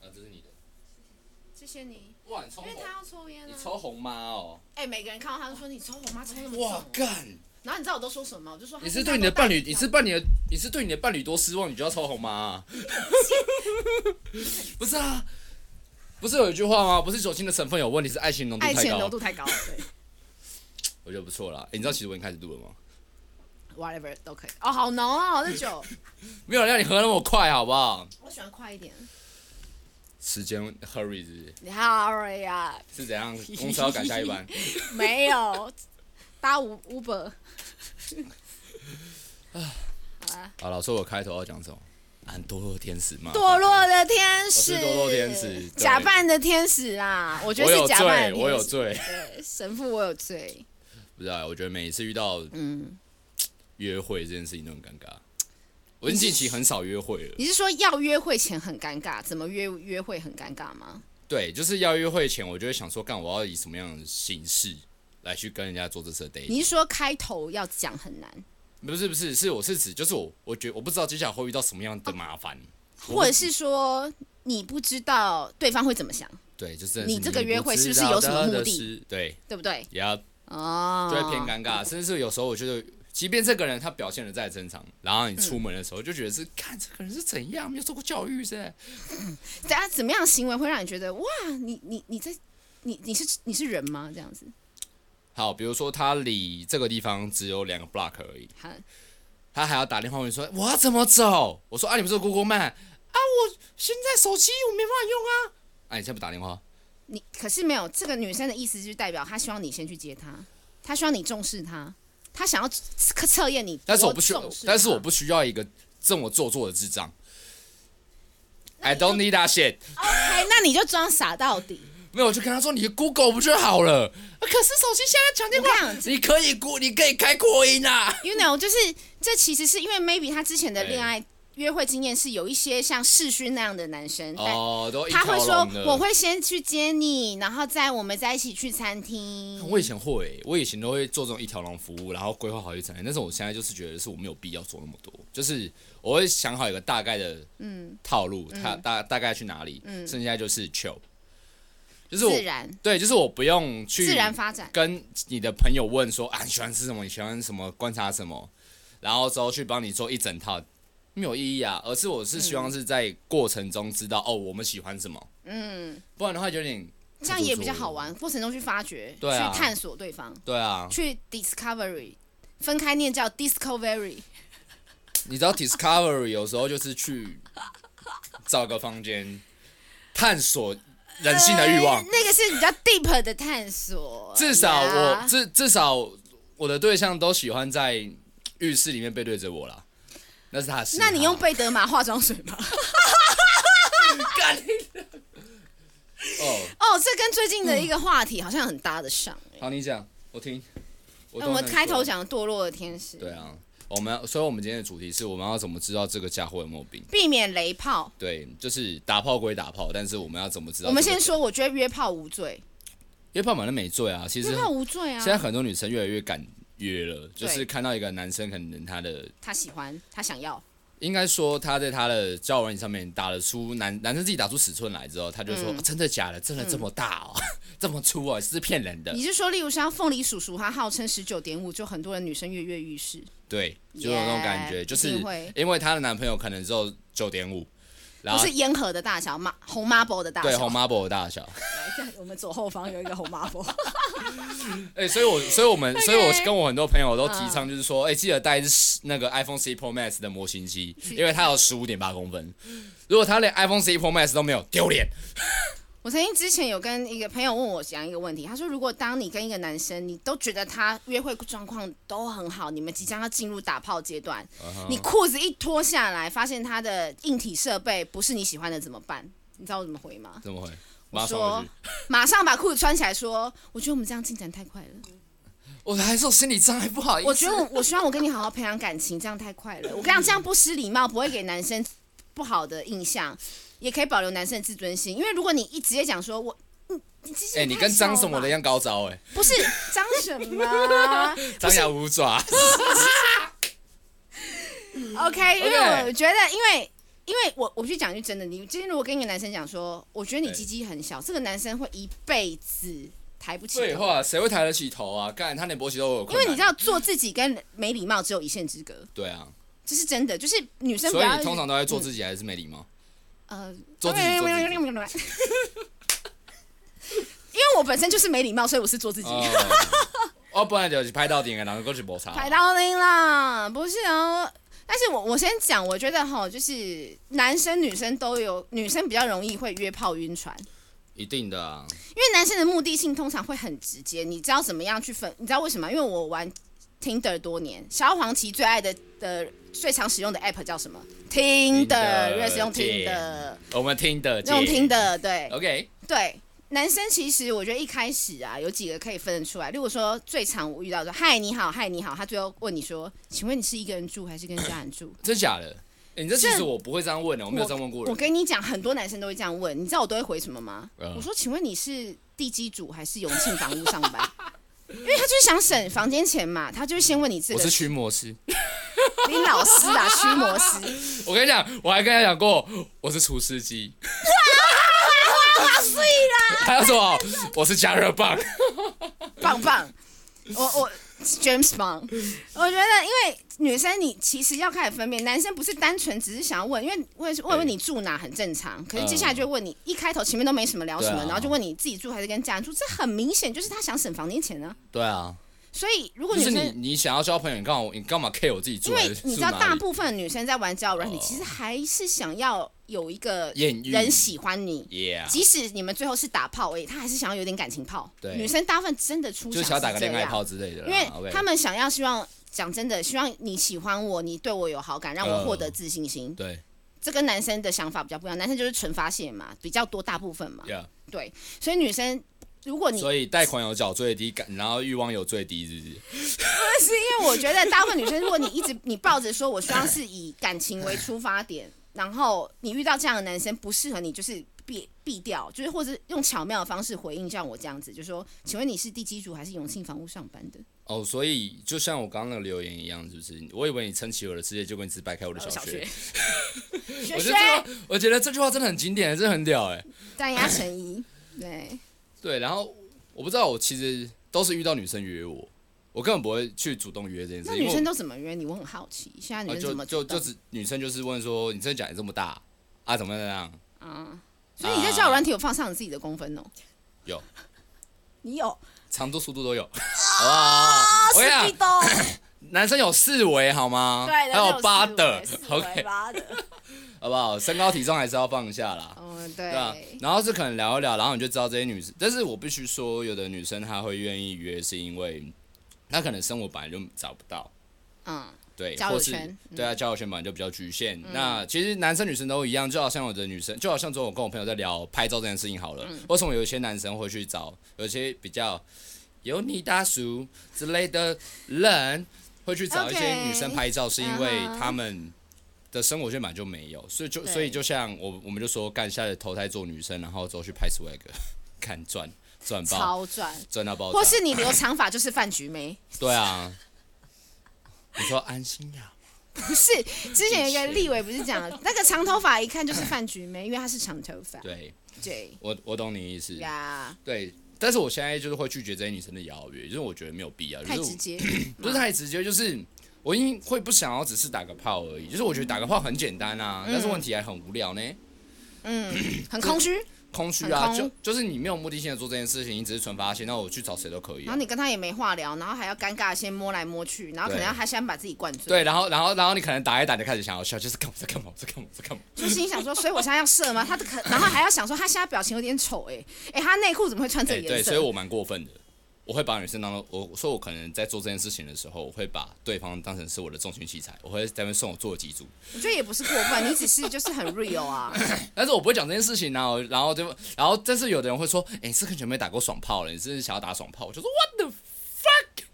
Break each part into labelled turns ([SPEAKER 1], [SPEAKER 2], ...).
[SPEAKER 1] 啊
[SPEAKER 2] 谢谢你，
[SPEAKER 1] 哇，你抽
[SPEAKER 2] 因
[SPEAKER 1] 红
[SPEAKER 2] 为，他要抽烟
[SPEAKER 1] 你
[SPEAKER 2] 啊。
[SPEAKER 1] 抽红妈哦，
[SPEAKER 2] 哎、每个人看到他都说你抽红妈抽那么
[SPEAKER 1] 哇
[SPEAKER 2] 重，
[SPEAKER 1] 干，
[SPEAKER 2] 然后你知道我都说什么吗？我就说
[SPEAKER 1] 你是对你的伴侣，你是伴你的，你是对你的伴侣多失望，你就要抽红妈、 啊，不是啊，不是有一句话吗？不是酒精的成分有问题，是爱情浓度
[SPEAKER 2] 爱
[SPEAKER 1] 太
[SPEAKER 2] 情
[SPEAKER 1] 高
[SPEAKER 2] 浓，度太高，对
[SPEAKER 1] 我觉得不错啦、欸你知道其实我已经开始录了吗？
[SPEAKER 2] ，whatever 都可以。哦，好浓哦，这酒，
[SPEAKER 1] 没有人让你喝那么快，好不好？
[SPEAKER 2] 我喜欢快一点。
[SPEAKER 1] 时间 hurry 是不是
[SPEAKER 2] 你啊 hurry up，
[SPEAKER 1] 是怎样？公司要赶下一 班。
[SPEAKER 2] 没有 搭五 Uber。好啦
[SPEAKER 1] 好了，说我开头要讲什么？俺堕落天使嘛。
[SPEAKER 2] 堕落的天
[SPEAKER 1] 我是
[SPEAKER 2] 使，
[SPEAKER 1] 堕落天使对
[SPEAKER 2] 假扮的天使啦，我觉
[SPEAKER 1] 我
[SPEAKER 2] 得是
[SPEAKER 1] 有
[SPEAKER 2] 假
[SPEAKER 1] 罪，
[SPEAKER 2] 扮的天使。
[SPEAKER 1] 我有罪。
[SPEAKER 2] 对，神父，我有罪。
[SPEAKER 1] 不知道、我觉得每一次遇到
[SPEAKER 2] 嗯，
[SPEAKER 1] 约会这件事情都很尴尬。我近期很少约会了。
[SPEAKER 2] 你是说要约会前很尴尬，怎么约约会很尴尬吗？
[SPEAKER 1] 对，就是要约会前，我就会想说，干我要以什么样的形式来去跟人家做这次的 date。
[SPEAKER 2] 你是说开头要讲很难，
[SPEAKER 1] 不是不是，是我是指，就是我，我觉我不知道接下来会遇到什么样的麻烦。
[SPEAKER 2] 或者是说你不知道对方会怎么想，
[SPEAKER 1] 对，就是
[SPEAKER 2] 你这个约会是不是有什么目的？
[SPEAKER 1] 对，
[SPEAKER 2] 对不对？
[SPEAKER 1] 也要
[SPEAKER 2] 哦，
[SPEAKER 1] 就会偏尴尬，甚至有时候我觉得，即便这个人他表现的再正常，然后你出门的时候就觉得是，看这个人是怎样，没有受过教育噻。
[SPEAKER 2] 大家怎么样的行为会让你觉得哇，你你你在你你是你是人吗？这样子，
[SPEAKER 1] 好，比如说他离这个地方只有两个 block 而已，
[SPEAKER 2] 好，
[SPEAKER 1] 他还要打电话问你说我要怎么走？我说啊，你不是 Google Map 啊，我现在手机我没办法用啊。啊，你现在不打电话？
[SPEAKER 2] 你可是没有这个女生的意思，就是代表她希望你先去接她，她希望你重视她，她想要测测验你多重视她。
[SPEAKER 1] 但是我不需要，但是我不需要一个这么做作的智障。I don't need that shit。
[SPEAKER 2] OK，那你哦哎就装傻到底。
[SPEAKER 1] 没有，我就跟他说你 Google 不就好了？ 啊可是手机现在讲电
[SPEAKER 2] 我跟你
[SPEAKER 1] 话，你可以 Go，你可以开扩音啊。
[SPEAKER 2] You know，就是这其实是因为 maybe 他之前的恋
[SPEAKER 1] 哎
[SPEAKER 2] 爱约会经验是有一些像世勋那样的男生，但
[SPEAKER 1] 哦，都一
[SPEAKER 2] 哎他会
[SPEAKER 1] 条
[SPEAKER 2] 说
[SPEAKER 1] 龙的
[SPEAKER 2] 我。会先去接你，然后再我们再一起去餐厅。
[SPEAKER 1] 我以前会，我以前都会做这种一条龙服务，然后规划好一整天。但是我现在就是觉得是我没有必要做那么多，就是我会想好一个大概的
[SPEAKER 2] 嗯，
[SPEAKER 1] 套路，他大大概去哪里，
[SPEAKER 2] 嗯
[SPEAKER 1] 剩下就是 chill，就是我
[SPEAKER 2] 自然
[SPEAKER 1] 对，就是我不用去
[SPEAKER 2] 自然发展。
[SPEAKER 1] 跟你的朋友问说啊，你喜欢吃什么？你喜欢什么？观察什么？然后之后去帮你做一整套，没有意义啊。而是我是希望是在过程中知道、哦，我们喜欢什么，
[SPEAKER 2] 嗯，
[SPEAKER 1] 不然的话有点
[SPEAKER 2] 这样也比较好。玩，过程中去发掘，
[SPEAKER 1] 对啊
[SPEAKER 2] 去探索对方，
[SPEAKER 1] 对啊，
[SPEAKER 2] 去 discovery。分开念叫 discovery，
[SPEAKER 1] 你知道 discovery 有时候就是去找个房间探索人性的欲望
[SPEAKER 2] 呃。那个是比较 deep 的探索。
[SPEAKER 1] 至少我
[SPEAKER 2] 呀
[SPEAKER 1] 至至少我的对象都喜欢在浴室里面背对着我啦，那是他的嗜好。
[SPEAKER 2] 那你用贝德玛化妆水 吗？
[SPEAKER 1] 干你哦，
[SPEAKER 2] 哦，这跟最近的一个话题好像很搭得上、欸。
[SPEAKER 1] 好，你讲，我听。嗯我
[SPEAKER 2] 那
[SPEAKER 1] 都
[SPEAKER 2] 我们
[SPEAKER 1] 能
[SPEAKER 2] 开头
[SPEAKER 1] 说。
[SPEAKER 2] 讲堕落的天使，
[SPEAKER 1] 对啊，我们要所以我们今天的主题是我们要怎么知道这个家伙有没有病？
[SPEAKER 2] 避免雷炮。
[SPEAKER 1] 对，就是打炮归打炮，但是我们要怎么知道？
[SPEAKER 2] 我们先，说，我觉得约炮无罪，
[SPEAKER 1] 约炮本来没罪啊，其实
[SPEAKER 2] 约炮无罪
[SPEAKER 1] 现在
[SPEAKER 2] 啊。
[SPEAKER 1] 很多女生越来越敢约了，就是
[SPEAKER 2] 对
[SPEAKER 1] 看到一个男生可能他的。
[SPEAKER 2] 他喜欢，他想要，
[SPEAKER 1] 应该说，他在他的交友软件上面打了出男男生自己打出尺寸来之后，他就说、
[SPEAKER 2] 嗯
[SPEAKER 1] 哦真的假的？真的这么大哦， 这么粗哦，是骗人的
[SPEAKER 2] 你。是说，例如像凤梨叔叔，他号称十九点五，就很多人女生跃跃欲试。
[SPEAKER 1] 对，就有那种感觉
[SPEAKER 2] Yeah，
[SPEAKER 1] 就是
[SPEAKER 2] 一定会
[SPEAKER 1] 因为她的男朋友可能只有九点五，然
[SPEAKER 2] 不
[SPEAKER 1] 后
[SPEAKER 2] 是烟盒的大小，马红 marble 的大小。
[SPEAKER 1] 啊对红 marble 的大 小，
[SPEAKER 2] 来在我们左后方有一个红 marble。
[SPEAKER 1] 哎、所以我，所以我们，所以我
[SPEAKER 2] OK 嗯
[SPEAKER 1] 跟我很多朋友都提倡，就是说，哎、记得带一只那个 iPhone 11 Pro Max 的模型机，因为它有十五点八公分。如果他连 iPhone 11 Pro Max 都没有，丢脸。
[SPEAKER 2] 我曾经之前有跟一个朋友问我讲一个问题，他说，如果当你跟一个男生，你都觉得他约会状况都很好，你们即将要进入打炮阶段
[SPEAKER 1] 嗯
[SPEAKER 2] 你裤子一脱下来，发现他的硬体设备不是你喜欢的，怎么办？你知道我怎么回吗？
[SPEAKER 1] 怎么会？马上
[SPEAKER 2] 我
[SPEAKER 1] 回
[SPEAKER 2] 说
[SPEAKER 1] 去。，
[SPEAKER 2] 马上把裤子穿起来，说，我觉得我们这样进展太快了。
[SPEAKER 1] 我还是有心理障碍，不好意思。哎
[SPEAKER 2] 我觉得我，我希望我跟你好好培养感情，这样太快了。我跟你讲，这样不失礼貌，不会给男生不好的印象，也可以保留男生的自尊心。因为如果你一直接讲说我，你你
[SPEAKER 1] 哎、你跟张什么的一
[SPEAKER 2] 样，
[SPEAKER 1] 样高招、哎，
[SPEAKER 2] 不是张什么
[SPEAKER 1] 张牙舞爪。
[SPEAKER 2] ？OK，因为
[SPEAKER 1] OK
[SPEAKER 2] 我觉得，因为因为我我去讲句真的，你今天如果跟一个男生讲说，我觉得你
[SPEAKER 1] 对
[SPEAKER 2] 鸡鸡很小，这个男生会一辈子抬不起
[SPEAKER 1] 废
[SPEAKER 2] 头，
[SPEAKER 1] 话，谁会抬得起头啊？干他连勃起都有困
[SPEAKER 2] 因
[SPEAKER 1] 难。
[SPEAKER 2] 为你知道做自己跟没礼貌只有一线之隔，
[SPEAKER 1] 对啊，
[SPEAKER 2] 这是真的。就是女生不
[SPEAKER 1] 所以
[SPEAKER 2] 要
[SPEAKER 1] 你通常都在做自己，还是没礼貌？
[SPEAKER 2] 呃
[SPEAKER 1] 做自己做自己
[SPEAKER 2] 因为我本身就是没礼貌，所以我是做自己。
[SPEAKER 1] 哦， 哦，不然就是拍到顶的，然后过去摩擦。
[SPEAKER 2] 排到你啦，不是哦。但是我我先讲，我觉得哈，就是男生女生都有，女生比较容易会约炮晕船，
[SPEAKER 1] 一定的啊，
[SPEAKER 2] 因为男生的目的性通常会很直接，你知道怎么样去分，你知道为什么？因为我玩 Tinder 多年，小黄旗最爱的的最常使用的 app 叫什么？Tinder，越是用
[SPEAKER 1] 对
[SPEAKER 2] Tinder，
[SPEAKER 1] 我们听的，
[SPEAKER 2] 用
[SPEAKER 1] 听。
[SPEAKER 2] Tinder，对
[SPEAKER 1] OK，
[SPEAKER 2] 对。男生其实我觉得一开始啊，有几个可以分得出来。例如说，最常我遇到说“嗨，你好，嗨，你好”，他最后问你说：“请问你是一个人住还是跟家人住？”
[SPEAKER 1] 真假的？欸你这其
[SPEAKER 2] 这
[SPEAKER 1] 实我不会这样问的，我没有这样问过
[SPEAKER 2] 我
[SPEAKER 1] 人。
[SPEAKER 2] 跟你讲，很多男生都会这样问，你知道我都会回什么吗？
[SPEAKER 1] 嗯
[SPEAKER 2] 我说：“请问你是地基主还是永庆房屋上班？” 因为他就是想省房间钱嘛，他就是先问你这
[SPEAKER 1] 我
[SPEAKER 2] 个
[SPEAKER 1] 是。驱魔师，
[SPEAKER 2] 你老师啊，驱魔师，
[SPEAKER 1] 我跟你讲，我还跟他讲过，我是厨师机。还有什么？我是加热棒。
[SPEAKER 2] 棒棒！我我 James Bond，我觉得因为女生你其实要开始分辨，男生不是单纯只是想要问，因为问问问你住哪很正常，可是接下来就会问你一开头前面都没什么聊什么，
[SPEAKER 1] 对啊
[SPEAKER 2] 然后就问你自己住还是跟家人住，这很明显就是他想省房间钱啊。
[SPEAKER 1] 对啊，
[SPEAKER 2] 所以如果
[SPEAKER 1] 就
[SPEAKER 2] 女
[SPEAKER 1] 是
[SPEAKER 2] 生
[SPEAKER 1] 你你想要交朋友，你干嘛你干嘛 care 我自己住
[SPEAKER 2] 因
[SPEAKER 1] 还
[SPEAKER 2] 为
[SPEAKER 1] 是
[SPEAKER 2] 你
[SPEAKER 1] 住
[SPEAKER 2] 知道，
[SPEAKER 1] 哪
[SPEAKER 2] 大
[SPEAKER 1] 里？
[SPEAKER 2] 部分的女生在玩交友软体，
[SPEAKER 1] 哦
[SPEAKER 2] 其实还是想要有一个
[SPEAKER 1] 艳遇
[SPEAKER 2] 人喜欢你，
[SPEAKER 1] Yeah，
[SPEAKER 2] 即使你们最后是打炮而已，她还是想要有点感情炮。
[SPEAKER 1] 对
[SPEAKER 2] 女生大部分真的出
[SPEAKER 1] 就是
[SPEAKER 2] 想
[SPEAKER 1] 想要打
[SPEAKER 2] 是
[SPEAKER 1] 个
[SPEAKER 2] 这
[SPEAKER 1] 恋爱
[SPEAKER 2] 样
[SPEAKER 1] 炮之类的啦。
[SPEAKER 2] 因
[SPEAKER 1] 啊 OK
[SPEAKER 2] 为他们想要希望。讲真的，希望你喜欢我，你对我有好感，让我
[SPEAKER 1] 嗯
[SPEAKER 2] 获得自信心。
[SPEAKER 1] 对
[SPEAKER 2] 这跟男生的想法比较不一样，男生就是纯发泄嘛，比较多大部分嘛。
[SPEAKER 1] ，Yeah，
[SPEAKER 2] 对，所以女生，如果你
[SPEAKER 1] 所以贷款有缴最低，感然后欲望有最低，是不是？
[SPEAKER 2] 是因为我觉得大部分女生，如果你一直你抱着说我希望是以感情为出发点，然后你遇到这样的男生不适合你，就是避避掉，就是或者用巧妙的方式回应，像我这样子，就说，请问你是地基主还是永庆房屋上班的？
[SPEAKER 1] 哦，所以就像我刚刚那个留言一样，是不是？我以为你撑起我的世界，结果你只掰开我的小学。，
[SPEAKER 2] 学
[SPEAKER 1] 我觉
[SPEAKER 2] 学
[SPEAKER 1] 得，这个，我觉得这句话真的很经典，真的很屌哎。
[SPEAKER 2] 弹压成一，对，
[SPEAKER 1] 对，然后我不知道，我其实都是遇到女生约我，我根本不会去主动约这件事。
[SPEAKER 2] 那
[SPEAKER 1] 因为
[SPEAKER 2] 女
[SPEAKER 1] 我
[SPEAKER 2] 生都怎么约你？我很好奇，现在
[SPEAKER 1] 啊，
[SPEAKER 2] 女生
[SPEAKER 1] 就
[SPEAKER 2] 怎么
[SPEAKER 1] 就
[SPEAKER 2] 主动
[SPEAKER 1] 就只女生就是问说，你真的假的这么大啊？怎么样怎么样？
[SPEAKER 2] 啊？所以你在交友软体有放上你自己的公分哦？
[SPEAKER 1] 有
[SPEAKER 2] 你有
[SPEAKER 1] 长度、速度都有，好不 好？我跟你
[SPEAKER 2] 啊是
[SPEAKER 1] 讲，
[SPEAKER 2] 壁咚，
[SPEAKER 1] 男生有四围好吗？
[SPEAKER 2] 对，
[SPEAKER 1] 还有哦八的，OK，
[SPEAKER 2] 八的，
[SPEAKER 1] 好不好？身高体重还是要放下啦。
[SPEAKER 2] 嗯，
[SPEAKER 1] 对啊
[SPEAKER 2] 对，。
[SPEAKER 1] 然后是可能聊一聊，然后你就知道这些女生。但是我必须说，有的女生她会愿意约，是因为她可能生活本来就找不到，
[SPEAKER 2] 嗯，
[SPEAKER 1] 对，
[SPEAKER 2] 交友
[SPEAKER 1] 或是
[SPEAKER 2] 圈嗯
[SPEAKER 1] 对啊，交友圈本来就比较局限。那其实男生女生都一样，就好像有的女生，就好像昨天我跟我朋友在聊拍照这件事情好了，
[SPEAKER 2] 嗯
[SPEAKER 1] 为什么有一些男生会去找有些比较油腻大叔之类的人会去找一些
[SPEAKER 2] OK，
[SPEAKER 1] 女生拍照，是因为
[SPEAKER 2] 嗯哼
[SPEAKER 1] 他们。的生活圈本来就没有，所以就
[SPEAKER 2] 对
[SPEAKER 1] 所以就像我我们就说干下来投胎做女生，然后之后去拍 swag，看 赚赚爆
[SPEAKER 2] 超赚。
[SPEAKER 1] 赚到爆炸，
[SPEAKER 2] 或是你留长发就是饭局妹，
[SPEAKER 1] 对啊，你说安心呀，
[SPEAKER 2] 不是？之前有一个立委不是 讲了，那个长头发一看就是饭局妹，因为她是长头发。
[SPEAKER 1] 对
[SPEAKER 2] 对
[SPEAKER 1] 我我懂你意思，
[SPEAKER 2] 呀，
[SPEAKER 1] 对，但是我现在就是会拒绝这些女生的邀约，就是我觉得没有必要，
[SPEAKER 2] 太
[SPEAKER 1] 就
[SPEAKER 2] 直
[SPEAKER 1] 是
[SPEAKER 2] 接。
[SPEAKER 1] 我不是太直接，就是我因为会不想要只是打个炮而已，就是我觉得打个炮很简单啊，但是问题还很无聊呢，
[SPEAKER 2] 嗯，很空虚，
[SPEAKER 1] 空虚啊，
[SPEAKER 2] 很
[SPEAKER 1] 就
[SPEAKER 2] 空
[SPEAKER 1] 就是你没有目的性的做这件事情，你只是纯发泄，那我去找谁都可以、
[SPEAKER 2] 然
[SPEAKER 1] 啊
[SPEAKER 2] 后。你跟他也没话聊，然后还要尴尬地先摸来摸去，然后可能
[SPEAKER 1] 对
[SPEAKER 2] 要他先把自己灌醉，
[SPEAKER 1] 对，然后，然后，然后你可能打一打就开始想要笑，就是干嘛在干嘛在干嘛在干嘛？
[SPEAKER 2] 就心想说，所以我现在要射吗？他的可，然后还要想说他现在表情有点丑，哎哎，他内裤怎么会穿这
[SPEAKER 1] 哎、
[SPEAKER 2] 个
[SPEAKER 1] 对，
[SPEAKER 2] 颜
[SPEAKER 1] 所以
[SPEAKER 2] 色？
[SPEAKER 1] 我蛮过分的，我会把女生当做我，所以我可能在做这件事情的时候，我会把对方当成是我的重型器材，我会在那边送我做几组，
[SPEAKER 2] 我觉得也不是过分，你只是就是很 real 啊。
[SPEAKER 1] 但是我不会讲这件事情、然后然后就，然后但是有的人会说，哎、你是很久没打过爽炮了，你是想要打爽炮？我就说 What the fuck？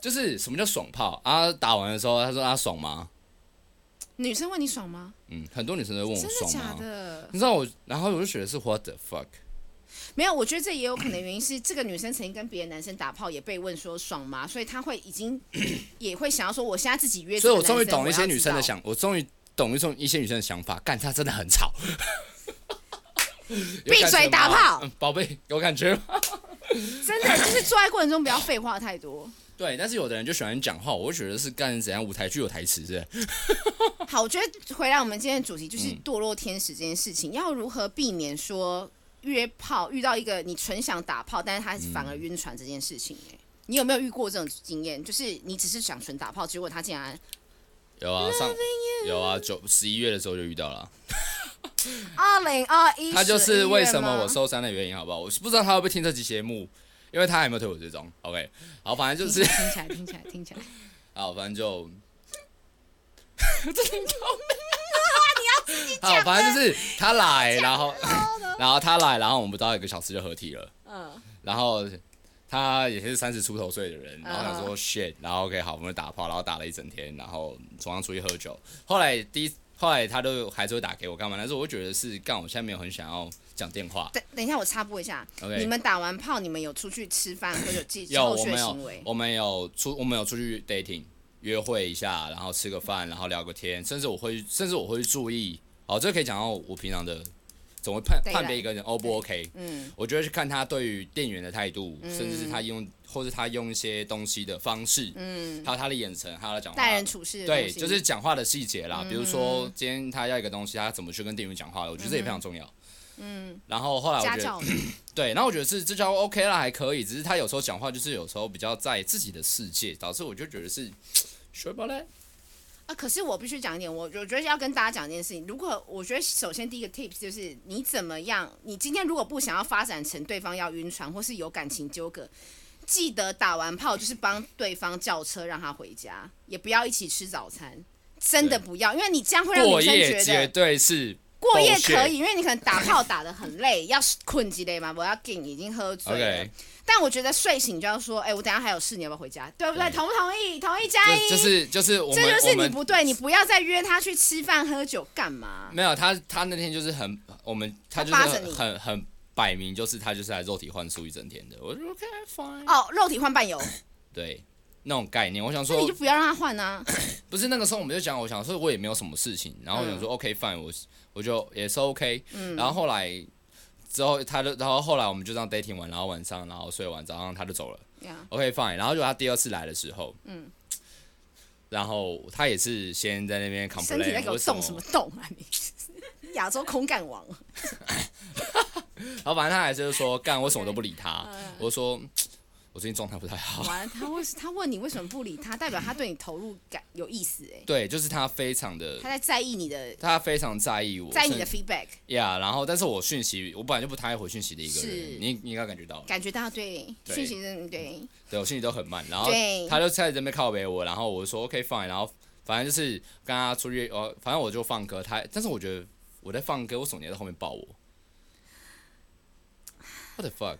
[SPEAKER 1] 就是什么叫爽炮啊？打完的时候，他说他爽吗？
[SPEAKER 2] 女生问你爽吗？
[SPEAKER 1] 嗯，很多女生都问我
[SPEAKER 2] 真的
[SPEAKER 1] 哦爽
[SPEAKER 2] 假
[SPEAKER 1] 吗？
[SPEAKER 2] 的？
[SPEAKER 1] 你知道我，然后我就觉得是 What the fuck？
[SPEAKER 2] 没有，我觉得这也有可能原因是这个女生曾经跟别的男生打炮，也被问说爽吗？ 所以她会已经也会想要说，我现在自己约。
[SPEAKER 1] 所以我终于懂一些女生的，想，我终于懂一种一些女生的想法，干她真的很吵。 有
[SPEAKER 2] 闭
[SPEAKER 1] 感觉
[SPEAKER 2] 嘴
[SPEAKER 1] 吗
[SPEAKER 2] 打炮
[SPEAKER 1] 嗯宝贝，有感觉吗？
[SPEAKER 2] 真的就是做爱过程中不要废话太多。
[SPEAKER 1] 对，但是有的人就喜欢讲话，我就觉得是干怎样舞台剧有台词是不是
[SPEAKER 2] 好，我觉得回来我们今天的主题就是
[SPEAKER 1] 嗯
[SPEAKER 2] 堕落天使这件事情，要如何避免说约炮遇到一个你纯想打炮，但是他反而晕船这件事情、欸？你有没有遇过这种经验？就是你只是想纯打炮，结果他竟然
[SPEAKER 1] 有啊，上有啊，九十一月的时候就遇到了啊，
[SPEAKER 2] 二零二一，
[SPEAKER 1] 他就是为什么我受
[SPEAKER 2] 说
[SPEAKER 1] 伤的原因，好不好？我是不知道他会不会听这期节目，因为他还没有推我追踪。OK，好，反正就是
[SPEAKER 2] 听起来听起来听起 来，
[SPEAKER 1] 好，反正就，真的好，反正就是他来，然后 然后他来，然后我们不到一个小时就合体了，
[SPEAKER 2] 嗯，
[SPEAKER 1] 然后他也是三十出头岁的人，然后想说 shit，然后 OK 好，我们打炮，然后打了一整天，然后早上出去喝酒，后来第一。后来他都还是会打给我干嘛？但是我觉得是干，我现在没有很想要讲电话。
[SPEAKER 2] 等等一下我插播一下
[SPEAKER 1] OK
[SPEAKER 2] 你们打完炮，你们有出去吃饭喝酒记
[SPEAKER 1] 有
[SPEAKER 2] 后
[SPEAKER 1] 我
[SPEAKER 2] 续的
[SPEAKER 1] 们
[SPEAKER 2] 行
[SPEAKER 1] 有
[SPEAKER 2] 为？
[SPEAKER 1] 我们有出我们有出去 dating 约会一下，然后吃个饭，然后聊个天，甚至我会甚至我会注意，哦，这可以讲到我平常的怎么判
[SPEAKER 2] Daylight
[SPEAKER 1] 判别一个人 O 不 OK，
[SPEAKER 2] 嗯
[SPEAKER 1] 我就会去看他对于店员的态度，甚至是他用或是他用一些东西的方式，
[SPEAKER 2] 嗯，
[SPEAKER 1] 还有他的眼神，还有他讲话
[SPEAKER 2] 待人处事的东
[SPEAKER 1] 对，
[SPEAKER 2] 西嗯
[SPEAKER 1] 就是讲话的细节啦，比如说今天他要一个东西，他怎么去跟店员讲话，我觉得这也非常重要。嗯，然后后来我
[SPEAKER 2] 家
[SPEAKER 1] 觉得
[SPEAKER 2] 教，
[SPEAKER 1] 对，然后我觉得是这招 OK 啦，还可以，只是他有时候讲话就是有时候比较在自己的世界，导致我就觉得是说不嘞，
[SPEAKER 2] 啊，可是我必须讲一点，我我觉得要跟大家讲一件事情。如果我觉得首先第一个 tips 就是你怎么样，你今天如果不想要发展成对方要晕船或是有感情纠葛，记得打完炮就是帮对方叫车让他回家，也不要一起吃早餐。真的
[SPEAKER 1] 对
[SPEAKER 2] 不要，因为你这样会让
[SPEAKER 1] 过
[SPEAKER 2] 女生
[SPEAKER 1] 夜
[SPEAKER 2] 觉
[SPEAKER 1] 绝
[SPEAKER 2] 得
[SPEAKER 1] 对是
[SPEAKER 2] 过夜
[SPEAKER 1] bullshit
[SPEAKER 2] 可以，因为你可能打炮打得很累，要困几累嘛，我要劲已经喝醉了。
[SPEAKER 1] OK，
[SPEAKER 2] 但我觉得睡醒就要说，哎、我等一下还有事，你要不要回家？对不对？
[SPEAKER 1] 对
[SPEAKER 2] 同不同意？同意加
[SPEAKER 1] 这
[SPEAKER 2] 一。
[SPEAKER 1] 就是就是我们
[SPEAKER 2] 这就
[SPEAKER 1] 我
[SPEAKER 2] 是你
[SPEAKER 1] 们
[SPEAKER 2] 不对，你不要再约他去吃饭喝酒干嘛？
[SPEAKER 1] 没有他他那天就是很我们他就是
[SPEAKER 2] 他扒着
[SPEAKER 1] 很
[SPEAKER 2] 你
[SPEAKER 1] 很很摆明就是他就是来肉体换宿一整天的，我说 OK fine，、
[SPEAKER 2] 哦，肉体换伴游，
[SPEAKER 1] 对那种概念，我想
[SPEAKER 2] 那你
[SPEAKER 1] 说
[SPEAKER 2] 就不要让他换 啊。
[SPEAKER 1] 不是那个时候我们就讲，我想说我也没有什么事情，然后我想
[SPEAKER 2] 嗯
[SPEAKER 1] 说 OK fine，我我就也是 OK，、然后后来之后他就，然后后来我们就这样 dating 完，然后晚上然后睡完，早上他就走了
[SPEAKER 2] Yeah，
[SPEAKER 1] ，OK fine，然后就他第二次来的时候，
[SPEAKER 2] 嗯
[SPEAKER 1] 然后他也是先在那边
[SPEAKER 2] 身体在
[SPEAKER 1] complain，
[SPEAKER 2] 给我
[SPEAKER 1] 为
[SPEAKER 2] 动什么动啊你？ 亚洲空干王，
[SPEAKER 1] 然后反正他还是 说干，我什么都不理他，
[SPEAKER 2] 嗯
[SPEAKER 1] 我就说我最近状态不太好，
[SPEAKER 2] 完了他问他问你为什么不理他，代表他对你投入感有意思哎、
[SPEAKER 1] 对，就是他非常的
[SPEAKER 2] 他。在在意你的，
[SPEAKER 1] 他非常在意我，
[SPEAKER 2] 在意你的
[SPEAKER 1] 甚
[SPEAKER 2] feedback，
[SPEAKER 1] 呀然后但是我讯息，我本来就不太回讯息的一个
[SPEAKER 2] 是
[SPEAKER 1] 人，你你应该感觉到了，
[SPEAKER 2] 感觉到对
[SPEAKER 1] 对
[SPEAKER 2] 讯息真的对，
[SPEAKER 1] 对我心里都很慢，然后
[SPEAKER 2] 对
[SPEAKER 1] 他就开始在那边靠北我，然后我就说 OK fine，然后反正就是跟他出去，呃，反正我就放歌，他但是我觉得我在放歌，为什么你要在后面抱我？What the fuck?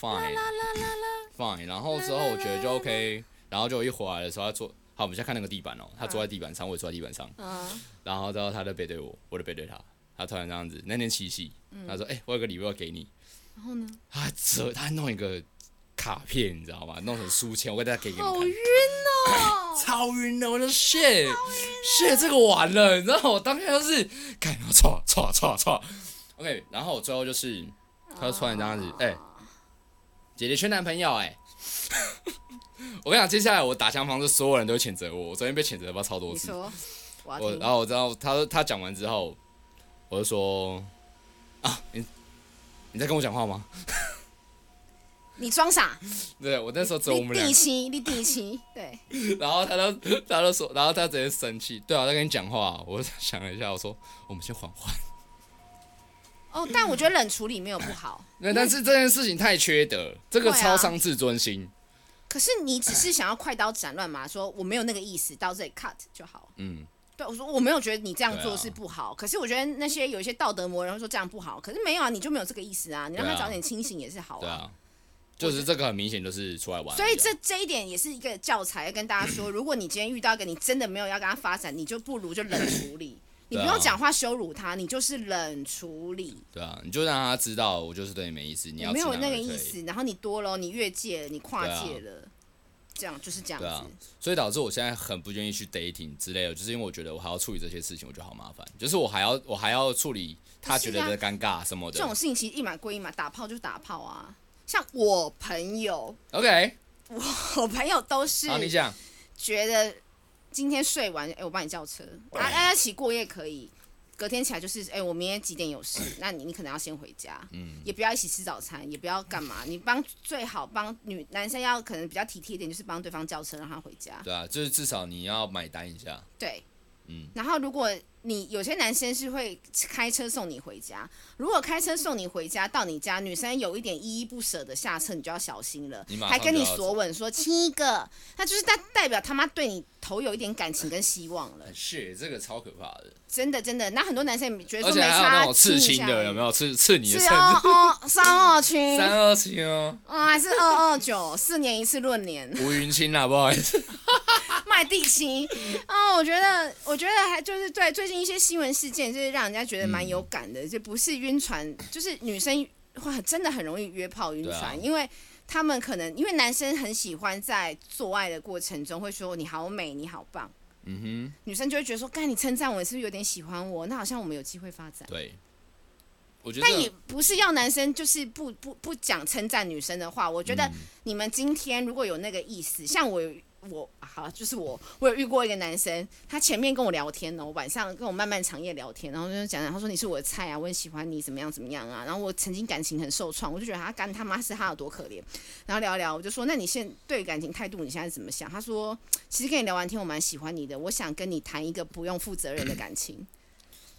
[SPEAKER 1] Fine, fine，然后之后我觉得
[SPEAKER 2] 嗯
[SPEAKER 1] 就 OK，然后就一回来的时候，他坐，好，我们先看那个地板哦，他坐在地板上，我也坐在地板上，
[SPEAKER 2] 嗯，
[SPEAKER 1] 然后之后他就背对我，我就背对他，他突然这样子，那天七夕，他说：“哎、我有个礼物要给你。”
[SPEAKER 2] 嗯然后呢？
[SPEAKER 1] 他折，他弄一个卡片，你知道吗？弄成书签，我给大家给你们
[SPEAKER 2] 好
[SPEAKER 1] 看
[SPEAKER 2] 晕，哦，
[SPEAKER 1] 超晕 的，我就 shit shit 这个完了，你知道我当下就是，干，我错错错错，OK，然后我最后就是，他就突然这样子，
[SPEAKER 2] 啊
[SPEAKER 1] 哎、姐姐缺男朋友、哎。 我跟你讲，接下来我打枪房是所有人都会谴责我。我昨天被谴责了超多
[SPEAKER 2] 你
[SPEAKER 1] 次，
[SPEAKER 2] 说我要
[SPEAKER 1] 我
[SPEAKER 2] 听
[SPEAKER 1] 然，后我知道他他讲完之后，我就说啊，你你在跟我讲话吗？
[SPEAKER 2] 你装傻，
[SPEAKER 1] 对我那时候只有我
[SPEAKER 2] 你
[SPEAKER 1] 们两
[SPEAKER 2] 第
[SPEAKER 1] 个
[SPEAKER 2] 一，期，你第一期，对，
[SPEAKER 1] 然后他就他就说，然后他直接生气，对啊，我在跟你讲话，我想了一下，我说我们先缓缓。
[SPEAKER 2] 哦，但我觉得冷处理没有不好。
[SPEAKER 1] 那但是这件事情太缺德，这个
[SPEAKER 2] 对啊
[SPEAKER 1] 超伤自尊心。
[SPEAKER 2] 可是你只是想要快刀斩 乱麻，说我没有那个意思，到这里 cut 就好。
[SPEAKER 1] 嗯，
[SPEAKER 2] 对，我说我没有觉得你这样
[SPEAKER 1] 对
[SPEAKER 2] 做
[SPEAKER 1] 啊
[SPEAKER 2] 是不好，可是我觉得那些有一些道德魔人会说这样不好，可是没有啊，你就没有这个意思啊，你让他
[SPEAKER 1] 对啊
[SPEAKER 2] 早点清醒也是好
[SPEAKER 1] 对
[SPEAKER 2] 啊。
[SPEAKER 1] 啊，就是这个很明显就是出来玩而已啊。
[SPEAKER 2] 所以这这一点也是一个教材，要跟大家说，如果你今天遇到一个你真的没有要跟他发展，你就不如就冷 处理，你不
[SPEAKER 1] 对
[SPEAKER 2] 用
[SPEAKER 1] 啊
[SPEAKER 2] 讲话羞辱他，你就是冷处理。
[SPEAKER 1] 对啊，你就让他知道我就是对你没意思，你
[SPEAKER 2] 我
[SPEAKER 1] 要
[SPEAKER 2] 没
[SPEAKER 1] 吃
[SPEAKER 2] 有
[SPEAKER 1] 哪
[SPEAKER 2] 那个
[SPEAKER 1] 就
[SPEAKER 2] 意
[SPEAKER 1] 可以。
[SPEAKER 2] 思，然后你多了，你越界了，你跨
[SPEAKER 1] 对啊
[SPEAKER 2] 界了，这样就是这样
[SPEAKER 1] 对啊
[SPEAKER 2] 子。，
[SPEAKER 1] 所以导致我现在很不愿意去 dating 之类的，就是因为我觉得我还要处理这些事情，我觉得好麻烦，就是我还要我还要处理他觉得的尴尬什么
[SPEAKER 2] 啊这
[SPEAKER 1] 的。
[SPEAKER 2] 种事情其实一码归一码，打炮就打炮啊。像我朋友，
[SPEAKER 1] OK，
[SPEAKER 2] 我朋友都是
[SPEAKER 1] 好，你讲，
[SPEAKER 2] 觉得今天睡完，哎、我帮你叫车，啊，大家一起过夜可以。隔天起来就是，哎、我明天几点有事？那你你可能要先回家，嗯，也不要一起吃早餐，也不要干嘛，你帮最好帮女男生要可能比较体贴一点，就是帮对方叫车让他回家，
[SPEAKER 1] 对啊，就是至少你要买单一下。
[SPEAKER 2] 对，
[SPEAKER 1] 嗯。
[SPEAKER 2] 然后如果你有些男生是会开车送你回家，如果开车送你回家到你家，女生有一点依依不舍的下车，你就要小心了
[SPEAKER 1] 你马，上
[SPEAKER 2] 还跟你
[SPEAKER 1] 就要
[SPEAKER 2] 索吻说亲一个，那就是代代表他妈对你头有一点感情跟希望了。
[SPEAKER 1] 是，这个超可怕的，
[SPEAKER 2] 真的真的，那很多男生也觉得
[SPEAKER 1] 而
[SPEAKER 2] 欸说
[SPEAKER 1] 且
[SPEAKER 2] 没
[SPEAKER 1] 还有那
[SPEAKER 2] 差，
[SPEAKER 1] 种刺
[SPEAKER 2] 亲
[SPEAKER 1] 青
[SPEAKER 2] 一下
[SPEAKER 1] 的，有没有刺刺你的
[SPEAKER 2] 是
[SPEAKER 1] 肾？
[SPEAKER 2] 哦哦，三二群，
[SPEAKER 1] 三
[SPEAKER 2] 啊、
[SPEAKER 1] 二七哦，
[SPEAKER 2] 还是二二九，四年一次闰年，
[SPEAKER 1] 吴云清啊，不好意思，
[SPEAKER 2] 卖 地青。哦，我觉得，我觉得还就是对最近一些新闻事件，就是让人家觉得蛮有
[SPEAKER 1] 嗯
[SPEAKER 2] 感的，就不是晕船，就是女生会真的很容易约炮晕
[SPEAKER 1] 对啊
[SPEAKER 2] 船，因为。他们可能因为男生很喜欢在做爱的过程中会说你好美，你好棒，
[SPEAKER 1] 嗯
[SPEAKER 2] 女生就会觉得说，干你称赞我，你是不是有点喜欢我？那好像我们有机会发展
[SPEAKER 1] 哼，。对，我觉得
[SPEAKER 2] 但也不是要男生就是不不不讲称赞女生的话。我觉得
[SPEAKER 1] 嗯
[SPEAKER 2] 你们今天如果有那个意思，像我有我啊好就是我，我有遇过一个男生，他前面跟我聊天哦，晚上跟我漫漫长夜聊天，然后就讲讲，他说你是我的菜啊，我很喜欢你，怎么样怎么样啊。然后我曾经感情很受创，我就觉得他干他妈是他有多可怜。然后聊一聊，我就说那你现对感情态度你现在怎么想？他说其实跟你聊完天我蛮喜欢你的，我想跟你谈一个不用负责任的 感情。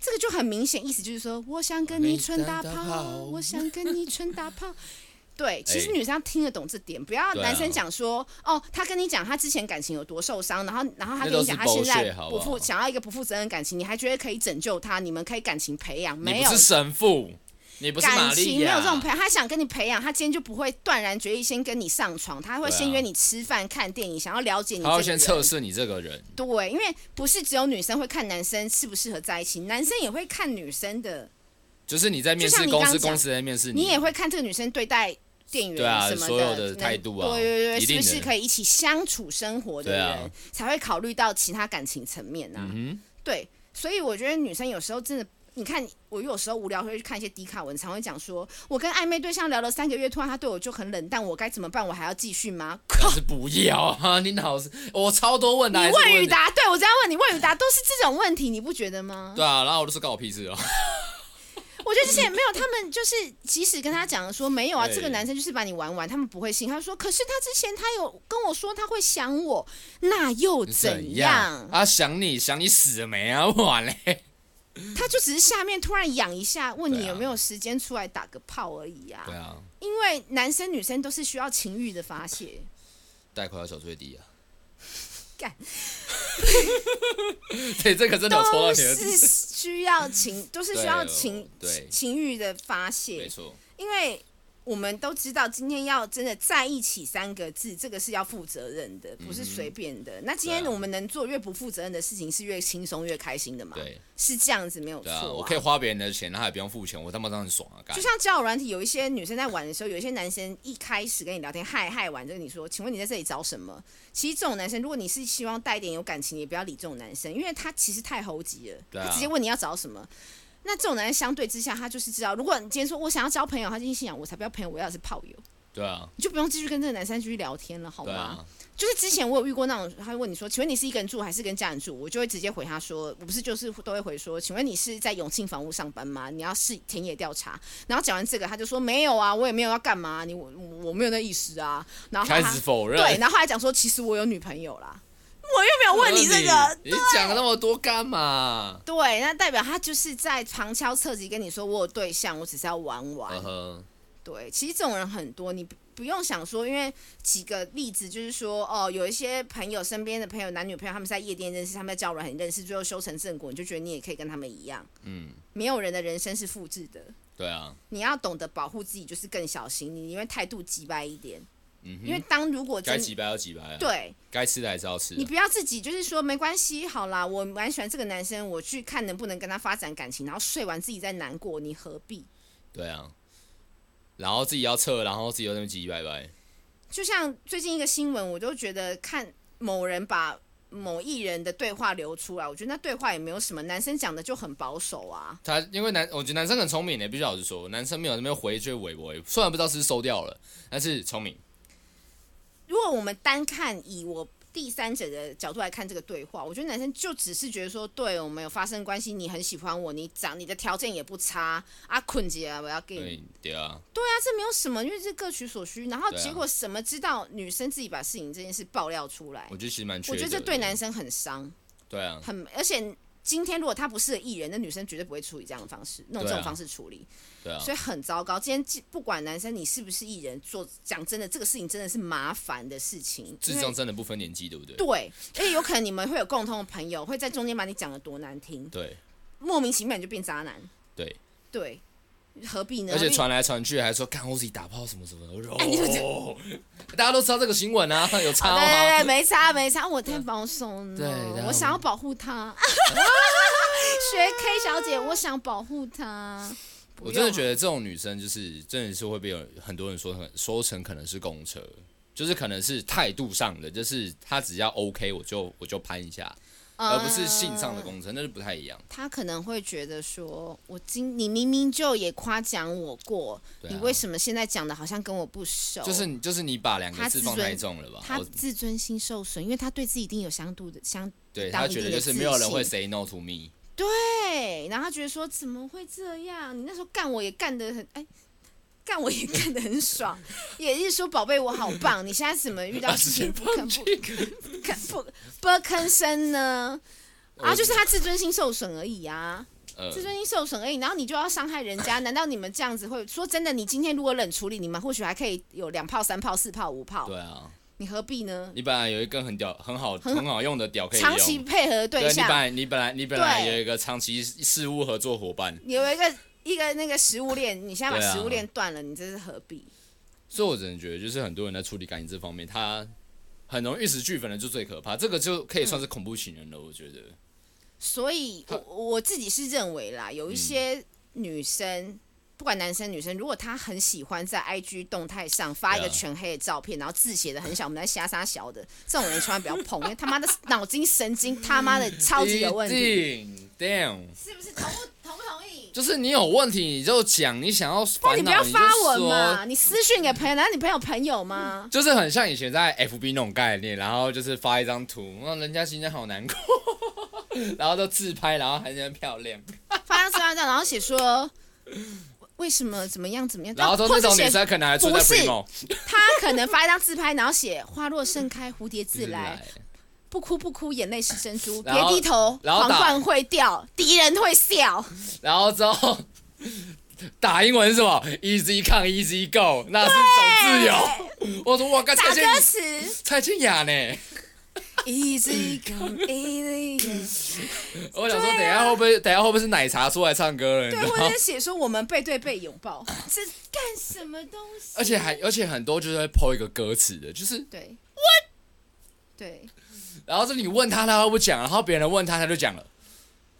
[SPEAKER 2] 这个就很明显，意思就是说，我想跟你纯打
[SPEAKER 1] 我跟你纯打炮
[SPEAKER 2] 炮，我想跟你纯 打炮。对，其实女生要听得懂这点，不要
[SPEAKER 1] 哎对啊啊
[SPEAKER 2] 男生讲说、哦，他跟你讲他之前感情有多受伤，然后然后他跟
[SPEAKER 1] 那都
[SPEAKER 2] 你
[SPEAKER 1] 是
[SPEAKER 2] 讲他现在
[SPEAKER 1] bullshit，好不
[SPEAKER 2] 不
[SPEAKER 1] 好
[SPEAKER 2] 负想要一个不负责任的感情，你还觉得可以拯救他，你们可以感情培养，没
[SPEAKER 1] 你
[SPEAKER 2] 有
[SPEAKER 1] 不是神父，你不是玛
[SPEAKER 2] 感
[SPEAKER 1] 利亚，
[SPEAKER 2] 情没有这种培养，他想跟你培养，他今天就不会断然决意先跟你上床，他会
[SPEAKER 1] 对啊
[SPEAKER 2] 先约你吃饭、看电影，想要了解你这
[SPEAKER 1] 他
[SPEAKER 2] 个
[SPEAKER 1] 要
[SPEAKER 2] 人。
[SPEAKER 1] 先测试你这个人，
[SPEAKER 2] 对，因为不是只有女生会看男生适不适合在一起，男生也会看女生的，
[SPEAKER 1] 就是你在面
[SPEAKER 2] 就像
[SPEAKER 1] 试
[SPEAKER 2] 你
[SPEAKER 1] 公
[SPEAKER 2] 刚
[SPEAKER 1] 司，
[SPEAKER 2] 讲
[SPEAKER 1] 公司在面试
[SPEAKER 2] 你也会看这个女生对待店员
[SPEAKER 1] 对啊
[SPEAKER 2] 什么
[SPEAKER 1] 所有的
[SPEAKER 2] 能
[SPEAKER 1] 态度啊
[SPEAKER 2] 对对
[SPEAKER 1] 一
[SPEAKER 2] 对，
[SPEAKER 1] 定
[SPEAKER 2] 是
[SPEAKER 1] 的
[SPEAKER 2] 不是可以一起相处生活的
[SPEAKER 1] 对
[SPEAKER 2] 人，
[SPEAKER 1] 啊
[SPEAKER 2] 才会考虑到其他感情层面啊。
[SPEAKER 1] 嗯
[SPEAKER 2] 对，所以我觉得女生有时候真的。你看，我有时候无聊会去看一些迪卡文，常会讲说，我跟暧昧对象聊了三个月，突然他对我就很冷淡，我该怎么办？我还要继 续吗？
[SPEAKER 1] 但是不要 啊！你脑子我超多问的，还
[SPEAKER 2] 你
[SPEAKER 1] 是问
[SPEAKER 2] 问与
[SPEAKER 1] 你
[SPEAKER 2] 答，对我这样问你，问与答都是这种问题，你不觉得吗？
[SPEAKER 1] 对啊，然后我就说关我屁事哦。
[SPEAKER 2] 我觉得这些也没有，他们就是即使跟他讲说没有啊，
[SPEAKER 1] 对
[SPEAKER 2] 这个男生就是把你玩完，他们不会信。他说，可是他之前他有跟我说他会想我，那又怎样？
[SPEAKER 1] 啊，想你想你死了没啊？ 完嘞，
[SPEAKER 2] 他就只是下面突然痒一下，问
[SPEAKER 1] 对
[SPEAKER 2] 你
[SPEAKER 1] 啊
[SPEAKER 2] 有没有时间出来打个炮而已啊。
[SPEAKER 1] 对啊，
[SPEAKER 2] 因为男生女生都是需要情欲的发泄，
[SPEAKER 1] 贷款要缴最低啊。
[SPEAKER 2] 干，
[SPEAKER 1] 对，这个真的有戳到
[SPEAKER 2] 都
[SPEAKER 1] 你的
[SPEAKER 2] 是需要情，都是需要情
[SPEAKER 1] 对
[SPEAKER 2] 情欲的发
[SPEAKER 1] 没
[SPEAKER 2] 泄，
[SPEAKER 1] 错，
[SPEAKER 2] 因为。我们都知道，今天要真的在一起三个字，这个是要负责任的，不是随便的。那今天
[SPEAKER 1] 嗯对啊
[SPEAKER 2] 我们能做越不负责任的事情，是越轻松越开心的嘛？
[SPEAKER 1] 对
[SPEAKER 2] 是这样子没有啊错、
[SPEAKER 1] 对啊，我可以花别人的钱，然后也不用付钱，我他妈当然爽啊！干
[SPEAKER 2] 就，像交友软体，有一些女生在玩的时候，有一些男生一开始跟你聊天，嗨嗨玩，就跟你说，请问你在这里找什么？其实这种男生，如果你是希望带一点有感情，也不要理这种男生，因为他其实太猴急了，
[SPEAKER 1] 对啊
[SPEAKER 2] 他直接问你要找什么。那这种男生相对之下，他就是知道，如果你今天说我想要交朋友，他就心想我才不要朋友，我要的是炮友，
[SPEAKER 1] 对啊，
[SPEAKER 2] 你就不用继续跟这个男生继续聊天了，好
[SPEAKER 1] 对
[SPEAKER 2] 吗？
[SPEAKER 1] 啊，
[SPEAKER 2] 就是之前我有遇过那种，他会问你说，请问你是一个人住还是跟家人住？我就会直接回他说，我不是就是都会回说，请问你是在永庆房屋上班吗？你要是田野调查，然后讲完这个，他就说没有啊，我也没有要干嘛，你我我我没有那意思啊。然后
[SPEAKER 1] 开
[SPEAKER 2] 他
[SPEAKER 1] 始否认。
[SPEAKER 2] 对，然后还讲说，其实我有女朋友啦，我又没有问你这个。
[SPEAKER 1] 你讲那么多干嘛？
[SPEAKER 2] 对，那代表他就是在旁敲侧击跟你说我有对象，我只是要玩玩。
[SPEAKER 1] 嗯哼，
[SPEAKER 2] 对，其实这种人很多，你不不用想说，因为几个例子就是说，哦，有一些朋友身边的朋友，男女朋友，他们在夜店认识，他们在交友软件认识，最后修成正果，你就觉得你也可以跟他们一样。
[SPEAKER 1] 嗯，
[SPEAKER 2] 没有人的人生是复制的，
[SPEAKER 1] 对啊，
[SPEAKER 2] 你要懂得保护自己，就是更小心，你因为态度急白一点。
[SPEAKER 1] 嗯
[SPEAKER 2] 因为
[SPEAKER 1] 哼，
[SPEAKER 2] 当如果
[SPEAKER 1] 该
[SPEAKER 2] 真
[SPEAKER 1] 几百要几百，，
[SPEAKER 2] 对
[SPEAKER 1] 该吃的还是要吃啊
[SPEAKER 2] 你。不要自己就是说没关系，好啦，我蛮喜欢这个男生，我去看能不能跟他发展感情，然后睡完自己再难过，你何必？
[SPEAKER 1] 对啊，然后自己要测，然后自己又那么唧唧歪歪，
[SPEAKER 2] 就像最近一个新闻，我都觉得看某人把某艺人的对话流出来，我觉得那对话也没有什么，男生讲的就很保守啊。
[SPEAKER 1] 他因为男，我觉得男生很聪明的，欸必须老实说，男生没有那边回追微博，虽然不知道是不是收掉了，但是聪明。
[SPEAKER 2] 如果我们单看以我第三者的角度来看这个对话，我觉得男生就只是觉得说，对我们有发生关系，你很喜欢我，你长你的条件也不差啊，困姐啊，我要给你。
[SPEAKER 1] 对对啊，
[SPEAKER 2] 对啊，这没有什么，因为是各取所需。然后
[SPEAKER 1] 对啊
[SPEAKER 2] 结果什么知道女生自己把事情这件事爆料出来
[SPEAKER 1] 我，觉得其实蛮缺
[SPEAKER 2] 我
[SPEAKER 1] 德
[SPEAKER 2] 觉
[SPEAKER 1] 的。
[SPEAKER 2] 得这对男生很伤，
[SPEAKER 1] 对啊，
[SPEAKER 2] 很而且。今天如果他不是个艺人，那女生绝对不会处理这样的方式，弄这
[SPEAKER 1] 对
[SPEAKER 2] 种
[SPEAKER 1] 啊
[SPEAKER 2] 方式处理，
[SPEAKER 1] 对啊，
[SPEAKER 2] 所以很糟糕。今天不管男生你是不是艺人，做讲真的，这个事情真的是麻烦的事情，
[SPEAKER 1] 智
[SPEAKER 2] 因为
[SPEAKER 1] 障真的不分年纪，对不对？
[SPEAKER 2] 对，而且有可能你们会有共同的朋友，会在中间把你讲的多难听，
[SPEAKER 1] 对
[SPEAKER 2] 莫名其妙你就变渣男。
[SPEAKER 1] 对，
[SPEAKER 2] 对，何必呢？
[SPEAKER 1] 而且
[SPEAKER 2] 你
[SPEAKER 1] 传来传去还说看我自己打炮什么什么的，我 说
[SPEAKER 2] 哎你就
[SPEAKER 1] 哦，大家都知道这个新闻 啊，有差
[SPEAKER 2] 对对对，
[SPEAKER 1] 吗？
[SPEAKER 2] 没差没差，我太保守了。
[SPEAKER 1] 对啊然后
[SPEAKER 2] 我想要保 护她。学 K 小姐，我想保护她。
[SPEAKER 1] 我真的觉
[SPEAKER 2] 得，
[SPEAKER 1] 得这种女生就是真的是会被有很多人说成说成可能是公车，就是可能是态度上的，就是她只要 OK 我就我就攀一下，
[SPEAKER 2] 啊
[SPEAKER 1] 而不是性上的
[SPEAKER 2] 嗯。
[SPEAKER 1] 公车，那是不太一样。
[SPEAKER 2] 她可能会觉得说，我今你明明就也夸奖我过，
[SPEAKER 1] 对啊
[SPEAKER 2] 你为什么现在讲的好像跟我不熟？
[SPEAKER 1] 就是哦你就是你把两个
[SPEAKER 2] 她
[SPEAKER 1] 字
[SPEAKER 2] 哦自
[SPEAKER 1] 放太
[SPEAKER 2] 尊
[SPEAKER 1] 重了吧？
[SPEAKER 2] 她
[SPEAKER 1] 我
[SPEAKER 2] 自尊心受损，因为她对自己一定有相度的相
[SPEAKER 1] 对
[SPEAKER 2] 当
[SPEAKER 1] 她
[SPEAKER 2] 一
[SPEAKER 1] 觉得
[SPEAKER 2] 定
[SPEAKER 1] 就
[SPEAKER 2] 的
[SPEAKER 1] 是
[SPEAKER 2] 自
[SPEAKER 1] 没有人会
[SPEAKER 2] 信
[SPEAKER 1] say no to me，
[SPEAKER 2] 对，然后他觉得说怎么会这样？你那时候干我也干得很，哎，干我也干得很爽，也就是说宝贝我好棒。你现在怎么遇到
[SPEAKER 1] 啊
[SPEAKER 2] 事
[SPEAKER 1] 直接
[SPEAKER 2] 情不吭
[SPEAKER 1] 放
[SPEAKER 2] 不
[SPEAKER 1] 弃。
[SPEAKER 2] 吭不不吭声呢？啊，就是他自尊心受损而已啊，
[SPEAKER 1] 呃
[SPEAKER 2] 自尊心受损而已。然后你就要伤害人家，难道你们这样子会说真的？你今天如果冷处理，你们或许还可以有两炮、三炮、四炮、五炮，
[SPEAKER 1] 对啊，
[SPEAKER 2] 你何必呢？
[SPEAKER 1] 你本来有一根很屌、很好、
[SPEAKER 2] 很
[SPEAKER 1] 很好用的屌可以用，
[SPEAKER 2] 长期配合的
[SPEAKER 1] 对你
[SPEAKER 2] 象
[SPEAKER 1] 本，来你本来你本来
[SPEAKER 2] 对
[SPEAKER 1] 有一个长期事务合作伙伴，
[SPEAKER 2] 有一个一个那个食物链，你现在把
[SPEAKER 1] 对啊
[SPEAKER 2] 食物链断了，你这是何必？
[SPEAKER 1] 所以我只能觉得，就是很多人在处理感情这方面，他很容易玉石俱焚的，就最可怕。这个就可以算是恐怖情人了，我觉得。
[SPEAKER 2] 所 以我，我自己是认为啦，
[SPEAKER 1] 嗯
[SPEAKER 2] 有一些女生，不管男生女生，如果她很喜欢在 IG 动态上发一个
[SPEAKER 1] 对啊
[SPEAKER 2] 全黑的照片，然后字写的很小，我们在瞎撒小的，这种人千万不要碰，因为他妈的脑筋神经他妈的超级有问 题，
[SPEAKER 1] 题。Damn，
[SPEAKER 2] 是不是？同不同不同意？
[SPEAKER 1] 就是你有问题你就讲，你想要
[SPEAKER 2] 不，
[SPEAKER 1] 烦
[SPEAKER 2] 你不
[SPEAKER 1] 恼
[SPEAKER 2] 要
[SPEAKER 1] 你
[SPEAKER 2] 发文
[SPEAKER 1] 就
[SPEAKER 2] 嘛，
[SPEAKER 1] 说。
[SPEAKER 2] 你私讯给朋友，难道你朋友朋 友吗？
[SPEAKER 1] 就是很像以前在 FB 那种概念，然后就是发一张图，让人家心情好难过， 然后都自拍，然后还很漂亮，
[SPEAKER 2] 发张自拍照，然后写说为什么怎么样怎么样，
[SPEAKER 1] 然后说
[SPEAKER 2] 或
[SPEAKER 1] 那
[SPEAKER 2] 者
[SPEAKER 1] 种
[SPEAKER 2] 写
[SPEAKER 1] 女生可能还住
[SPEAKER 2] 不
[SPEAKER 1] 在
[SPEAKER 2] 是
[SPEAKER 1] Primo
[SPEAKER 2] 他可能发一张自拍，然后写“花落盛开，蝴蝶 自来”。不哭不哭，眼泪是珍珠，别
[SPEAKER 1] 然后
[SPEAKER 2] 低头，
[SPEAKER 1] 然后
[SPEAKER 2] 皇
[SPEAKER 1] 打
[SPEAKER 2] 冠会掉，敌人 会笑。
[SPEAKER 1] 然后之后打英文是什么？Easy come, easy go，那是走自由。我说我跟
[SPEAKER 2] 打
[SPEAKER 1] 蔡健
[SPEAKER 2] 歌词
[SPEAKER 1] 蔡健雅呢？
[SPEAKER 2] ，easy come easy go，
[SPEAKER 1] 我想说等一下会不会等一下会不会是奶茶出来唱歌了？你
[SPEAKER 2] 啊对，
[SPEAKER 1] 知
[SPEAKER 2] 或
[SPEAKER 1] 道
[SPEAKER 2] 者
[SPEAKER 1] 吗？
[SPEAKER 2] 是写说我们背对背拥抱，这干什么东西？
[SPEAKER 1] 而且还而且很多就是会 PO 一个歌词的，就是
[SPEAKER 2] 对对，
[SPEAKER 1] 然后是你问他他都不讲，然后别人问他他就讲了，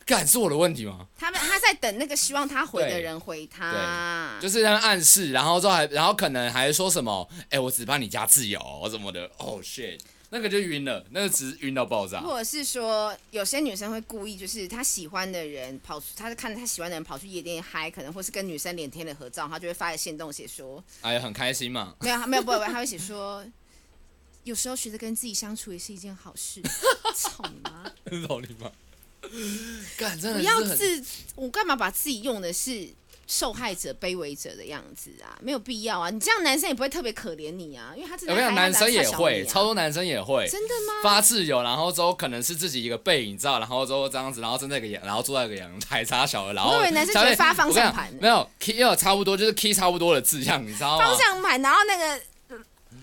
[SPEAKER 1] 干是我的问题吗？
[SPEAKER 2] 他们他在等那个希望他回的
[SPEAKER 1] 对
[SPEAKER 2] 人回
[SPEAKER 1] 对
[SPEAKER 2] 他，
[SPEAKER 1] 就是他们暗示，然后之后还然后可能还说什么，哎、我只帮你加自由什么的，Oh shit，那个就晕了，那个只是晕到爆炸。
[SPEAKER 2] 或者是说，有些女生会故意，就是她喜欢的人跑出，她是看着她喜欢的人跑去夜店嗨，可能或是跟女生脸贴的合照，她就会发个线动写说，
[SPEAKER 1] 哎，很开心嘛。
[SPEAKER 2] 没有，她没有，不会，不会她会写说，有时候学着跟自己相处也是一件 好事。操你妈！
[SPEAKER 1] 老你妈！干，真
[SPEAKER 2] 不
[SPEAKER 1] 的
[SPEAKER 2] 要
[SPEAKER 1] 是很
[SPEAKER 2] 自，我干嘛把自己用的是受害者、卑微者的样子啊？没有必要啊！你这样男生也不会特别可怜你啊，因为他真的
[SPEAKER 1] 我跟你讲，
[SPEAKER 2] 还
[SPEAKER 1] 男生也会，
[SPEAKER 2] 还
[SPEAKER 1] 超多男生也会
[SPEAKER 2] 啊真的吗？
[SPEAKER 1] 发自由，然后之后可能是自己一个背影照，然后之后这样子，然后站在一个阳，然后坐在一个阳台擦小的，然后
[SPEAKER 2] 我以为男生
[SPEAKER 1] 才会
[SPEAKER 2] 只会发方向
[SPEAKER 1] 我跟你
[SPEAKER 2] 盘
[SPEAKER 1] 讲没有 key 要有差不多就是 key 差不多的字样，你知道吗
[SPEAKER 2] 方？向盘，然后那个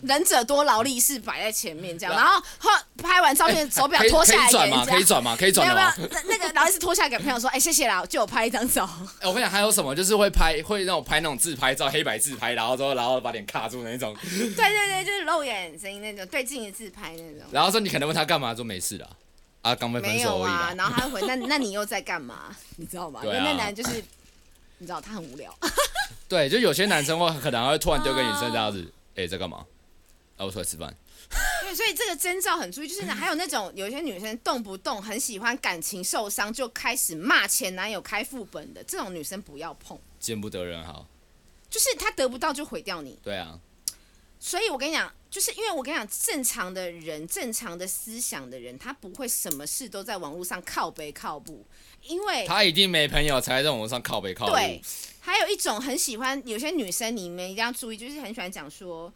[SPEAKER 2] 忍者多劳力士摆在前面这样，
[SPEAKER 1] 然
[SPEAKER 2] 然后后拍完照片手表
[SPEAKER 1] 哎可以
[SPEAKER 2] 脱
[SPEAKER 1] 可
[SPEAKER 2] 下
[SPEAKER 1] 以
[SPEAKER 2] 来给
[SPEAKER 1] 转
[SPEAKER 2] 人
[SPEAKER 1] 吗？
[SPEAKER 2] 家
[SPEAKER 1] 可以。转吗？可以
[SPEAKER 2] 没
[SPEAKER 1] 转
[SPEAKER 2] 有
[SPEAKER 1] 的
[SPEAKER 2] 没有
[SPEAKER 1] 吗？，
[SPEAKER 2] 那那个劳力士脱下来给朋友说，哎、谢谢啦，借我拍一张照。
[SPEAKER 1] 哎我跟你讲，还有什么就是会拍，会那种拍那种自拍照，黑白自拍，然后之后然后把脸卡住那一种，
[SPEAKER 2] 对对对，就是露眼睛那种，对镜子自拍那种。
[SPEAKER 1] 然后说你可能问他干嘛，说没事啦，啊，刚被分
[SPEAKER 2] 没有
[SPEAKER 1] 手而已
[SPEAKER 2] 啊
[SPEAKER 1] 啦，。
[SPEAKER 2] 然后他会回，那那你又在干嘛？你知道吗？因
[SPEAKER 1] 对啊
[SPEAKER 2] 为那男的就是，你知道他很无聊。
[SPEAKER 1] 啊对，就有些男生会可能还会突然丢给女生这样子，哎、在干嘛？啊，我出来吃饭。
[SPEAKER 2] 对，所以这个征兆很注意，就是还有那种有一些女生动不动很喜欢感情受伤就开始骂前男友开副本的，这种女生不要碰，
[SPEAKER 1] 见不得人好，
[SPEAKER 2] 就是她得不到就毁掉你。
[SPEAKER 1] 对啊，
[SPEAKER 2] 所以我跟你讲，就是因为我跟你讲，正常的人、正常的思想的人，他不会什么事都在网络上靠背靠步，因为
[SPEAKER 1] 他一定没朋友才会在网络上靠北靠路。
[SPEAKER 2] 对，还有一种很喜欢，有些女生你们一定要注意，就是很喜欢讲说，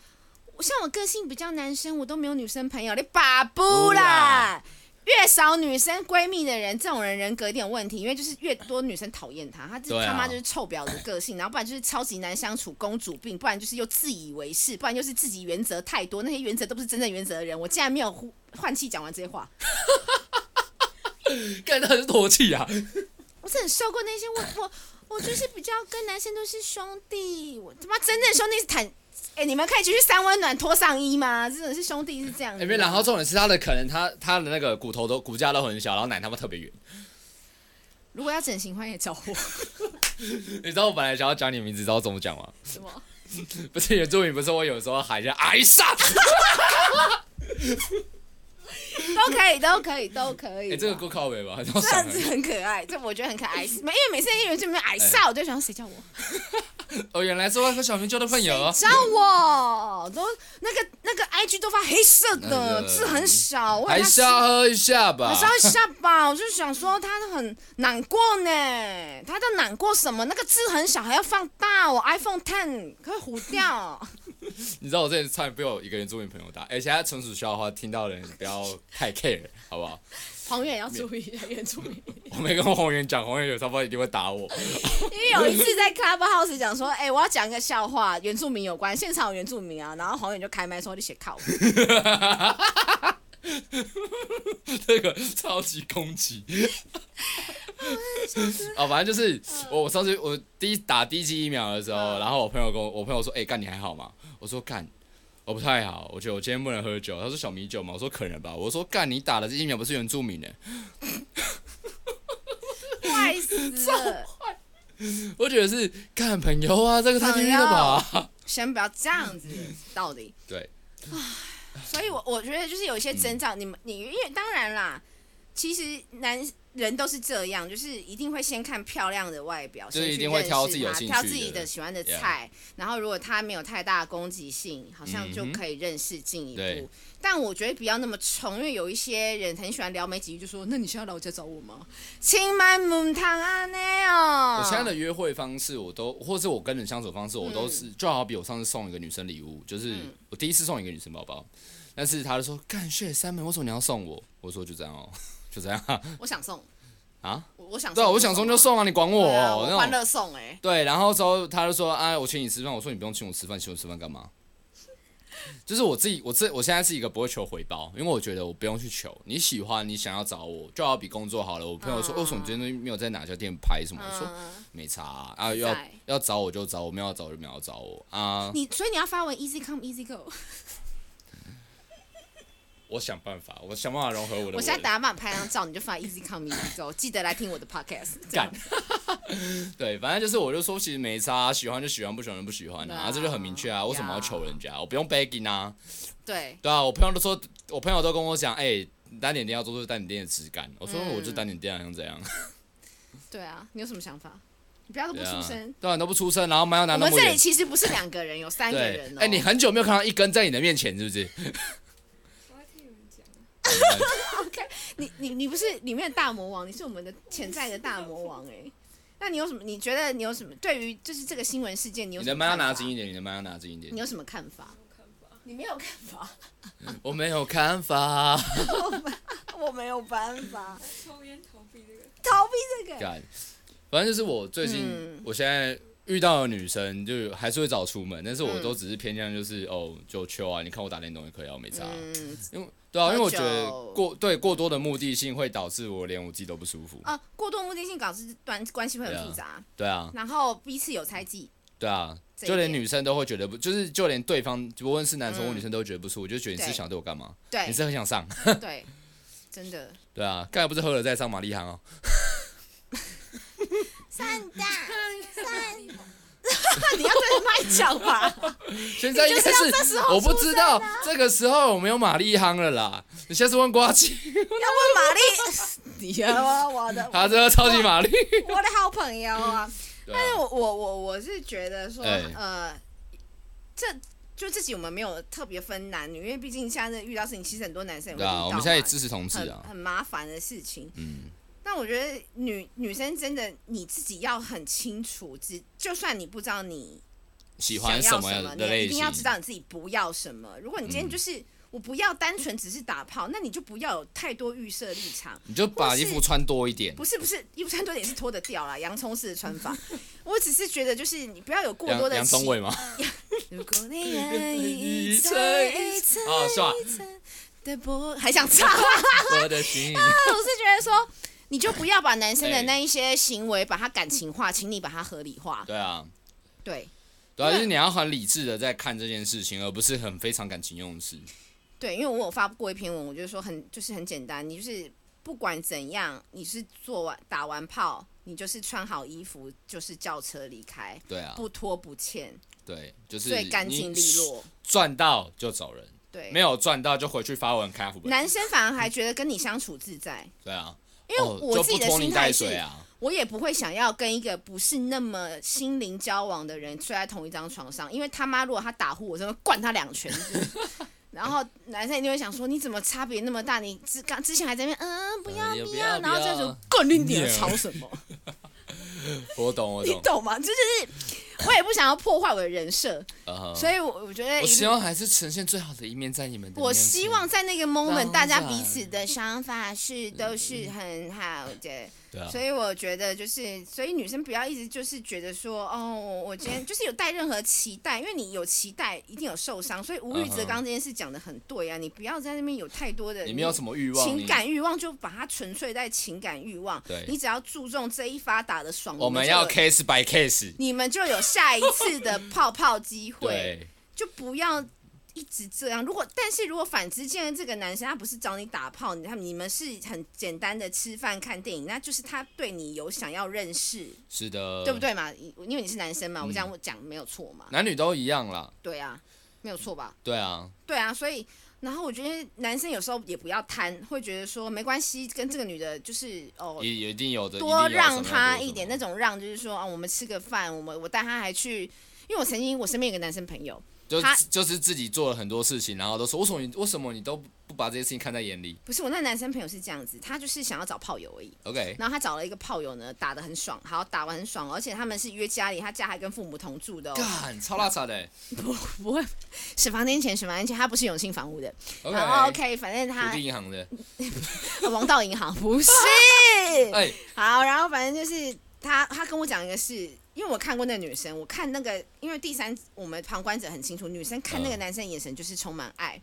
[SPEAKER 2] 我像我个性比较男生，我都没有女生朋友，你把不啦。越少女生闺蜜的人，这种人人格一定有问题，因为就是越多女生讨厌他，他这
[SPEAKER 1] 对啊
[SPEAKER 2] 他妈就是臭婊子个性，然后不然就是超级难相处，公主病，不然就是又自以为是，不然就是自己原则太多，那些原则都不是真正原则的人。我竟然没有呼换气讲完这些话，
[SPEAKER 1] 干他是唾弃 啊！
[SPEAKER 2] 我是很受过那些我我我就是比较跟男生都是兄弟，我他妈真正兄弟是坦，哎、你们可以去三温暖脱上衣吗？真的是兄弟是这样
[SPEAKER 1] 哎、
[SPEAKER 2] 子
[SPEAKER 1] 没有然后重点是他的可能他他的那个骨头都骨架都很小，然后奶他妈特别 圆。
[SPEAKER 2] 如果要整形，欢迎找我。
[SPEAKER 1] 你知道我本来想要讲你名字，你知道我怎么讲吗？
[SPEAKER 2] 什么？
[SPEAKER 1] 不是原住民，不是我有时候喊 一下艾莎，
[SPEAKER 2] 都可以，都可以，都可以
[SPEAKER 1] 哎、
[SPEAKER 2] 吧。
[SPEAKER 1] 这个够靠北吧？很
[SPEAKER 2] 这
[SPEAKER 1] 爽
[SPEAKER 2] 样子很可爱，这我觉得很可爱。没，因为每次那些人就没有矮少，我就想谁叫我，哎
[SPEAKER 1] 哦，原来是外国小明交的朋友哦
[SPEAKER 2] 谁。叫我都那个那个 IG 都发黑色
[SPEAKER 1] 那
[SPEAKER 2] 的
[SPEAKER 1] 个
[SPEAKER 2] 字很少，我以为
[SPEAKER 1] 还
[SPEAKER 2] 他
[SPEAKER 1] 是要喝一下吧
[SPEAKER 2] 还。是要下吧，我就想说他很难过呢，他都难过什么？那个字很小，还要放大，我 iPhone Ten 可以糊掉。
[SPEAKER 1] 你知道我之前差点被我一个原住民朋友打，而且他纯属笑话，听到的人不要太 care，好不好？
[SPEAKER 2] 黄远也要注意， 原住民。
[SPEAKER 1] 我没跟红源讲，红源有差不多一定会打我。
[SPEAKER 2] 因为有一次在 Clubhouse 讲说，哎、我要讲一个笑话，原住民有关，现场有原住民啊，然后黄远就开麦说你写靠谱，
[SPEAKER 1] 这个超级攻击。 哦，反正就是我，我上次我第一打第一剂疫苗的时候，然后我朋友跟我，我朋友说，哎、干你还好吗？我说干，我不太好，我觉得我今天不能喝酒。他说小米酒嘛，我说可能吧。我说干，你打的这疫苗不是原住民的、
[SPEAKER 2] 坏死了。
[SPEAKER 1] 我觉得是干朋友啊，这个太地狱了吧？
[SPEAKER 2] 先不要这样子，到底。
[SPEAKER 1] 对，
[SPEAKER 2] 所以我我觉得就是有一些征兆，你们你因为当然啦，其实男人都是这样，就是一定会先看漂亮的外表，
[SPEAKER 1] 就是
[SPEAKER 2] 先去
[SPEAKER 1] 一定会挑
[SPEAKER 2] 认识
[SPEAKER 1] 自己有
[SPEAKER 2] 他
[SPEAKER 1] 兴
[SPEAKER 2] 挑
[SPEAKER 1] 趣
[SPEAKER 2] 自己
[SPEAKER 1] 的
[SPEAKER 2] 的喜欢的菜然后如果他没有太大的攻击性，好像就
[SPEAKER 1] 嗯哼
[SPEAKER 2] 可以认识进一步。
[SPEAKER 1] 对
[SPEAKER 2] 但我觉得不要那么冲，因为有一些人很喜欢聊没几句就说：“那你现在来我家找我吗？”亲妈母汤啊那哦，
[SPEAKER 1] 我现在的约会方式，我都或是我跟人相处方式，我都是、就好比我上次送一个女生礼物，就是
[SPEAKER 2] 嗯
[SPEAKER 1] 我第一次送一个女生包包，但是她就说干谢三门，为什么你要送我？我说就这样哦， 就这样啊。
[SPEAKER 2] 我想送
[SPEAKER 1] 啊
[SPEAKER 2] 我我想
[SPEAKER 1] 对啊，我想送就
[SPEAKER 2] 送
[SPEAKER 1] 送啊，你管我、
[SPEAKER 2] 啊，对啊我
[SPEAKER 1] 那
[SPEAKER 2] 欢
[SPEAKER 1] 种。
[SPEAKER 2] 乐送哎、欸
[SPEAKER 1] 对，然后之后她就说啊，我请你吃饭，我说你不用请我吃饭，请我吃饭干嘛？ 就是我自己，我自我现在是一个不会求回报，因为我觉得我不用去求，你喜欢你想要找我，就好比工作好了。我朋友说，
[SPEAKER 2] 嗯
[SPEAKER 1] 为什么今天没有在哪家店拍什么？我说
[SPEAKER 2] 嗯
[SPEAKER 1] 没差啊，啊
[SPEAKER 2] 实
[SPEAKER 1] 要
[SPEAKER 2] 在
[SPEAKER 1] 要找我就找我，没有要找就没有要找我啊。
[SPEAKER 2] 你所以你要发文 easy come easy go。
[SPEAKER 1] 我想办法，我想办法融合我的。
[SPEAKER 2] 我现在打满拍张照，你就发 easy come easy go，记得来听我的 podcast。这样
[SPEAKER 1] 干 对，反正就是我就说，其实没差、喜欢就喜欢，不喜欢就不喜欢啊，
[SPEAKER 2] 对啊
[SPEAKER 1] 这就很明确啊，为什么要求人家？我不用 begging 啊，
[SPEAKER 2] 对，
[SPEAKER 1] 对啊，我朋友都说，我朋友都跟我讲，哎、单点店要做出单点店的质感，我说
[SPEAKER 2] 嗯
[SPEAKER 1] 我就单点店啊，想怎 样？
[SPEAKER 2] 对啊，你有什么想法？你不要都不
[SPEAKER 1] 对
[SPEAKER 2] 出
[SPEAKER 1] 啊
[SPEAKER 2] 声。，
[SPEAKER 1] 对啊，你都不出声，然后麦要拿
[SPEAKER 2] 我
[SPEAKER 1] 那
[SPEAKER 2] 们
[SPEAKER 1] 么
[SPEAKER 2] 这里
[SPEAKER 1] 远，
[SPEAKER 2] 其实不是两个人，有三个
[SPEAKER 1] 对
[SPEAKER 2] 人，哦。
[SPEAKER 1] 哎、你很久没有看到一根在你的面前，是不是？
[SPEAKER 3] 我要听你们讲。
[SPEAKER 2] 你你你不是里面的大魔王，你是我们的潜在的大魔王哎、那你有什么？你觉得你有什么？对于就是这个新闻事件，你有
[SPEAKER 1] 你
[SPEAKER 2] 什
[SPEAKER 1] 的
[SPEAKER 2] 么
[SPEAKER 1] 麦要
[SPEAKER 2] 看法？
[SPEAKER 1] 拿近一点，你的麦要拿近一
[SPEAKER 2] 你
[SPEAKER 1] 点，
[SPEAKER 2] 有什么看法？你没有看法，
[SPEAKER 1] 我没有看法。
[SPEAKER 2] 我没有办法
[SPEAKER 3] 抽烟逃避这个，
[SPEAKER 2] 逃避这个。
[SPEAKER 1] 干，反正就是我最近，
[SPEAKER 2] 嗯
[SPEAKER 1] 我现在遇到的女生，就还是会早出门，但是
[SPEAKER 2] 嗯
[SPEAKER 1] 我都只是偏向就是、哦，就秋啊，你看我打电动也可以啊，我没差啊、
[SPEAKER 2] 嗯
[SPEAKER 1] 因为对啊，因为我觉得
[SPEAKER 2] 喝酒
[SPEAKER 1] 过对过多的目的性会导致我连我自己都不舒服。
[SPEAKER 2] 啊，过度目的性导致关关系会很复杂，
[SPEAKER 1] 对啊，
[SPEAKER 2] 然后彼此有猜忌，
[SPEAKER 1] 对啊，
[SPEAKER 2] 这
[SPEAKER 1] 就
[SPEAKER 2] 一
[SPEAKER 1] 连
[SPEAKER 2] 点
[SPEAKER 1] 女生都会觉得不，就是就连对方，无论是男生或
[SPEAKER 2] 嗯
[SPEAKER 1] 女生都会觉得不舒服，就觉得你是
[SPEAKER 2] 对
[SPEAKER 1] 想对我干嘛？
[SPEAKER 2] 对
[SPEAKER 1] 你，是很想上？
[SPEAKER 2] 对，真的。
[SPEAKER 1] 对啊，刚才不是喝了再上玛丽行 哦。
[SPEAKER 2] 散大散，你要对着麦讲吧。
[SPEAKER 1] 现在应该
[SPEAKER 2] 你就是要这时候啊
[SPEAKER 1] 我不知道这个时候我们有玛丽夯了啦。你下次问瓜姐，
[SPEAKER 2] 要问玛丽，你啊，我的
[SPEAKER 1] 她真的超级玛丽。
[SPEAKER 2] 我的好朋友啊。
[SPEAKER 1] 对啊
[SPEAKER 2] 但是我我我我是觉得说，
[SPEAKER 1] 哎
[SPEAKER 2] 呃，这就自己我们没有特别分男女，因为毕竟现在遇到事情，其实很多男生也会
[SPEAKER 1] 对
[SPEAKER 2] 遇
[SPEAKER 1] 啊，
[SPEAKER 2] 到
[SPEAKER 1] 我
[SPEAKER 2] 嘛
[SPEAKER 1] 们现在也支持同志
[SPEAKER 2] 很
[SPEAKER 1] 啊。
[SPEAKER 2] 很麻烦的事情。
[SPEAKER 1] 嗯，
[SPEAKER 2] 但我觉得女女生真的你自己要很清楚，只就算你不知道你
[SPEAKER 1] 喜
[SPEAKER 2] 想
[SPEAKER 1] 欢
[SPEAKER 2] 要
[SPEAKER 1] 什
[SPEAKER 2] 么，
[SPEAKER 1] 么的
[SPEAKER 2] 你也
[SPEAKER 1] 类
[SPEAKER 2] 一定
[SPEAKER 1] 型？嗯
[SPEAKER 2] 要知道你自己不要什么。如果你今天就是、我不要单纯只是打炮，那你就不要有太多预设立场。
[SPEAKER 1] 你就把
[SPEAKER 2] 或是
[SPEAKER 1] 衣服穿多一点。
[SPEAKER 2] 不是不是，衣服穿多点是脱得掉啦，洋葱式的穿 法。我只是觉得就是你不要有过
[SPEAKER 1] 杨
[SPEAKER 2] 多的
[SPEAKER 1] 杨宗
[SPEAKER 2] 期
[SPEAKER 1] 纬吗？
[SPEAKER 2] 如果你愿 意
[SPEAKER 1] 一
[SPEAKER 2] 一
[SPEAKER 1] 层
[SPEAKER 2] 层
[SPEAKER 1] 一
[SPEAKER 2] 一层
[SPEAKER 1] 哦 是吧
[SPEAKER 2] 一层的剥，还想唱？
[SPEAKER 1] 我的心。啊
[SPEAKER 2] 我是觉得说，你就不要把男生
[SPEAKER 1] 哎
[SPEAKER 2] 的那一些行为把它感情化，请你把它合理化。
[SPEAKER 1] 对啊，
[SPEAKER 2] 对
[SPEAKER 1] 对啊，
[SPEAKER 2] 对
[SPEAKER 1] 就是你要很理智的在看这件事情，而不是很非常感情用事。
[SPEAKER 2] 对，因为我有发过一篇文，我就说很就是很简单，你就是不管怎样，你是做完打完炮，你就是穿好衣服，就是叫车离开，
[SPEAKER 1] 对啊，
[SPEAKER 2] 不拖不欠，
[SPEAKER 1] 对，就是
[SPEAKER 2] 最干净
[SPEAKER 1] 你
[SPEAKER 2] 利落。
[SPEAKER 1] 赚到就走人，
[SPEAKER 2] 对
[SPEAKER 1] 没，有赚到就回去发文开副本。
[SPEAKER 2] 男生反而还觉得跟你相处自在。
[SPEAKER 1] 对啊，
[SPEAKER 2] 因为
[SPEAKER 1] 哦
[SPEAKER 2] 我
[SPEAKER 1] 就
[SPEAKER 2] 自己
[SPEAKER 1] 不
[SPEAKER 2] 的
[SPEAKER 1] 拖
[SPEAKER 2] 心
[SPEAKER 1] 泥
[SPEAKER 2] 态
[SPEAKER 1] 带
[SPEAKER 2] 是
[SPEAKER 1] 水啊。
[SPEAKER 2] 我也不会想要跟一个不是那么心灵交往的人睡在同一张床上，因为他妈如果他打呼，我真的灌他两拳。 然后男生一定会想说，你怎么差别那么大？你之刚之前还在那边，嗯，不要
[SPEAKER 1] 嗯也不
[SPEAKER 2] 不
[SPEAKER 1] 要
[SPEAKER 2] 要，然后
[SPEAKER 1] 不
[SPEAKER 2] 这
[SPEAKER 1] 要
[SPEAKER 2] 就更你点吵什 么？
[SPEAKER 1] 我懂，我
[SPEAKER 2] 你
[SPEAKER 1] 懂。
[SPEAKER 2] 懂吗？这就是我也不想要破坏我的人设，
[SPEAKER 1] 啊哈
[SPEAKER 2] 所以我我觉得
[SPEAKER 1] 我
[SPEAKER 2] 一
[SPEAKER 1] 希
[SPEAKER 2] 定。
[SPEAKER 1] 望还是呈现最好的一面在你们的面前。
[SPEAKER 2] 我希望在那个 moment，
[SPEAKER 1] 当
[SPEAKER 2] 大家
[SPEAKER 1] 然
[SPEAKER 2] 彼此的想法是都是很好的。
[SPEAKER 1] 对啊，
[SPEAKER 2] 所以我觉得就是，所以女生不要一直就是觉得说，哦，我我
[SPEAKER 1] 嗯
[SPEAKER 2] 今天就是有带任何期待，因为你有期待一定有受伤，所以无欲则刚这件事讲的很对啊，你不要在那边有太多的
[SPEAKER 1] 嗯你没有什么欲望，
[SPEAKER 2] 情
[SPEAKER 1] 你
[SPEAKER 2] 感欲望，就把它纯粹在情感欲望，
[SPEAKER 1] 对
[SPEAKER 2] 你只要注重这一发打的爽，
[SPEAKER 1] 我
[SPEAKER 2] 你们
[SPEAKER 1] 们
[SPEAKER 2] 就有
[SPEAKER 1] 要 case by case。
[SPEAKER 2] 你们就有下一 次的泡泡机会，
[SPEAKER 1] 对，
[SPEAKER 2] 就不要。一直这样，如果但是如果反之，见了这个男生他不是找你打炮，你他你们是很简单的吃饭看电影，那就是他对你有想要认识，
[SPEAKER 1] 是的，
[SPEAKER 2] 对不？对嘛？因为你是男生嘛，
[SPEAKER 1] 嗯
[SPEAKER 2] 我这样讲没有错嘛？
[SPEAKER 1] 男女都一样啦。
[SPEAKER 2] 对啊，没有错吧？
[SPEAKER 1] 对啊，
[SPEAKER 2] 对啊，所以然后我觉得男生有时候也不要贪，会觉得说没关系，跟这个女的就是哦。
[SPEAKER 1] 也也一定有的。
[SPEAKER 2] 多
[SPEAKER 1] 一定有什
[SPEAKER 2] 让
[SPEAKER 1] 么
[SPEAKER 2] 她
[SPEAKER 1] 多什
[SPEAKER 2] 一点，
[SPEAKER 1] 么
[SPEAKER 2] 那种让就是说啊，我们吃个饭，我们我带她还去，因为我曾经我身边有个男生朋友，
[SPEAKER 1] 就
[SPEAKER 2] 他
[SPEAKER 1] 就是自己做了很多事情，然后都说为什么你为什么你都不把这些事情看在眼里
[SPEAKER 2] 不是我那个男生朋友是这样子，他就是想要找炮友而已，
[SPEAKER 1] ？OK，
[SPEAKER 2] 然后他找了一个炮友呢，打得很爽，好打完很爽，哦而且他们是约家里，他家还跟父母同住的哦，
[SPEAKER 1] 干超拉扯的欸。
[SPEAKER 2] 不会，十房间前十房间前，他不是永庆房屋的，
[SPEAKER 1] OK
[SPEAKER 2] 然后 OK，反正
[SPEAKER 1] 土
[SPEAKER 2] 他
[SPEAKER 1] 地银行的，
[SPEAKER 2] 王道银行不是。
[SPEAKER 1] 哎，
[SPEAKER 2] 好，然后反正就是他，他跟我讲一个事，因为我看过那个女生，我看那个，因为第三我们旁观者很清楚，女生看那个
[SPEAKER 1] 嗯
[SPEAKER 2] 男生眼神就是充满爱。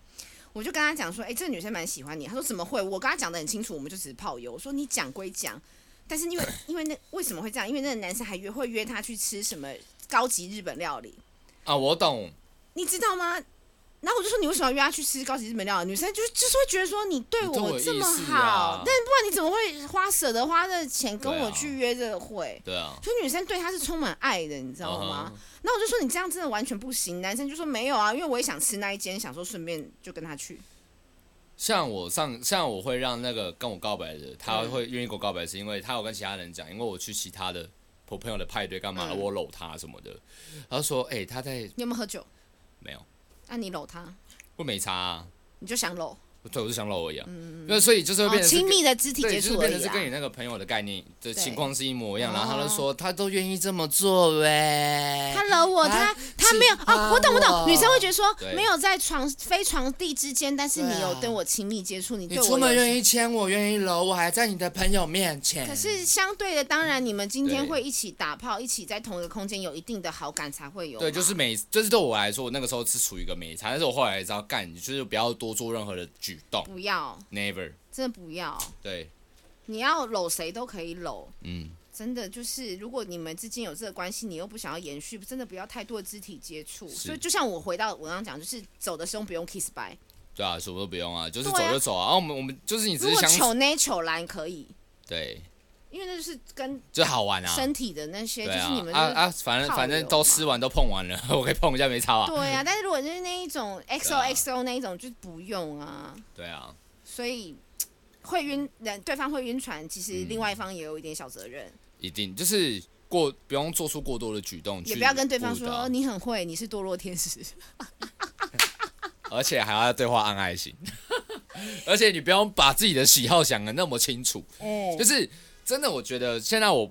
[SPEAKER 2] 我就跟他讲说，哎、这个女生蛮喜欢你。他说怎么会？我跟他讲的很清楚，我们就只是炮友。我说你讲归讲，但是因为因为那为什么会这样？因为那个男生还约会约她去吃什么高级日本料理，
[SPEAKER 1] 啊，我懂，
[SPEAKER 2] 你知道吗？然后我就说你为什么要约她去吃高级日本料理？女生就是就是会觉得说你对
[SPEAKER 1] 你对我有
[SPEAKER 2] 我这么
[SPEAKER 1] 意思
[SPEAKER 2] 好，
[SPEAKER 1] 啊
[SPEAKER 2] 但不然你怎么会花舍得花这钱跟
[SPEAKER 1] 对啊
[SPEAKER 2] 我去约这个会？
[SPEAKER 1] 对啊，
[SPEAKER 2] 所以女生对他是充满爱的，你知道吗
[SPEAKER 1] 嗯？
[SPEAKER 2] 那、我就说你这样真的完全不行。男生就说没有啊，因为我也想吃那一间，想说顺便就跟他去。
[SPEAKER 1] 像我上像我会让那个跟我告白的，他
[SPEAKER 2] 嗯
[SPEAKER 1] 会愿意跟我告白，是因为他有跟其他人讲，因为我去其他的我朋友的派对干嘛，
[SPEAKER 2] 嗯
[SPEAKER 1] 我搂他什么的，他就说，哎，他在
[SPEAKER 2] 你有没有喝酒？
[SPEAKER 1] 没有，
[SPEAKER 2] 那、你搂他，
[SPEAKER 1] 我没差啊，
[SPEAKER 2] 你就想搂，
[SPEAKER 1] 对，我是想搂而已啊，那所以就是会
[SPEAKER 2] 嗯哦，
[SPEAKER 1] 变成是
[SPEAKER 2] 亲
[SPEAKER 1] 跟
[SPEAKER 2] 密的肢体
[SPEAKER 1] 对，
[SPEAKER 2] 接
[SPEAKER 1] 就是
[SPEAKER 2] 触而
[SPEAKER 1] 变成
[SPEAKER 2] 已
[SPEAKER 1] 是
[SPEAKER 2] 啊
[SPEAKER 1] 跟。你那个朋友的概念的情
[SPEAKER 2] 对
[SPEAKER 1] 况是一模一样，然后他就
[SPEAKER 2] 哦
[SPEAKER 1] 说他都愿意这么做哎、
[SPEAKER 2] 他搂我，
[SPEAKER 1] 啊
[SPEAKER 2] 他他没有
[SPEAKER 1] 亲啊
[SPEAKER 2] 哦，我懂我
[SPEAKER 1] 我
[SPEAKER 2] 懂，女生会觉得说
[SPEAKER 1] 对
[SPEAKER 2] 没有在床非床地之间，但是
[SPEAKER 1] 对啊
[SPEAKER 2] 你有跟我亲密接触，你
[SPEAKER 1] 你
[SPEAKER 2] 对
[SPEAKER 1] 出
[SPEAKER 2] 我
[SPEAKER 1] 门
[SPEAKER 2] 有。
[SPEAKER 1] 愿意牵我，愿意搂我，还在你的朋友面前。
[SPEAKER 2] 可是相对的，当然你们今天
[SPEAKER 1] 对
[SPEAKER 2] 会一起打炮，一起在同一个空间，有一定的好感才会有嘛。
[SPEAKER 1] 对，就是每，就是对我来说，我那个时候是处于一个没差，但是我后来也知道，干，你就是不要多做任何的举动
[SPEAKER 2] 不要，
[SPEAKER 1] ，never。
[SPEAKER 2] 真的不要。
[SPEAKER 1] 对，
[SPEAKER 2] 你要搂谁都可以搂，
[SPEAKER 1] 嗯，
[SPEAKER 2] 真的就是，如果你们之间有这个关系，你又不想要延续，真的不要太多的肢体接触。
[SPEAKER 1] 是
[SPEAKER 2] 所以就像我回到我刚刚讲，就是走的时候不用 kiss bye，
[SPEAKER 1] 对啊，什么都不用啊，就是走
[SPEAKER 2] 对啊
[SPEAKER 1] 就走啊。然后、我们我们就是你只
[SPEAKER 2] 如
[SPEAKER 1] 是
[SPEAKER 2] 果
[SPEAKER 1] 相处，
[SPEAKER 2] 求 n a t u r 可以，
[SPEAKER 1] 对，
[SPEAKER 2] 因为那就是跟
[SPEAKER 1] 就好玩啊。
[SPEAKER 2] 身体的那些，
[SPEAKER 1] 对
[SPEAKER 2] 就是
[SPEAKER 1] 啊
[SPEAKER 2] 你们、
[SPEAKER 1] 啊啊，反正
[SPEAKER 2] 泡
[SPEAKER 1] 反正
[SPEAKER 2] 友
[SPEAKER 1] 都
[SPEAKER 2] 嘛
[SPEAKER 1] 吃完都碰完了， 我可以碰一下没差吧？
[SPEAKER 2] 对呀、但是如果就是那一 种 X O
[SPEAKER 1] 啊
[SPEAKER 2] X O 那一种，就是不用啊。
[SPEAKER 1] 对啊，
[SPEAKER 2] 所以会晕人，对方会晕船，其实
[SPEAKER 1] 嗯
[SPEAKER 2] 另外一方也有一点小责任，
[SPEAKER 1] 一定就是过不用做出过多的举动，
[SPEAKER 2] 也
[SPEAKER 1] 去
[SPEAKER 2] 不要跟对方
[SPEAKER 1] 误
[SPEAKER 2] 说
[SPEAKER 1] 导
[SPEAKER 2] 你很会，你是堕落天使。
[SPEAKER 1] 而且还要对话按爱心， 而且你不用把自己的喜好想的那么清楚，
[SPEAKER 2] 哦
[SPEAKER 1] 就，是真的，我觉得现在我。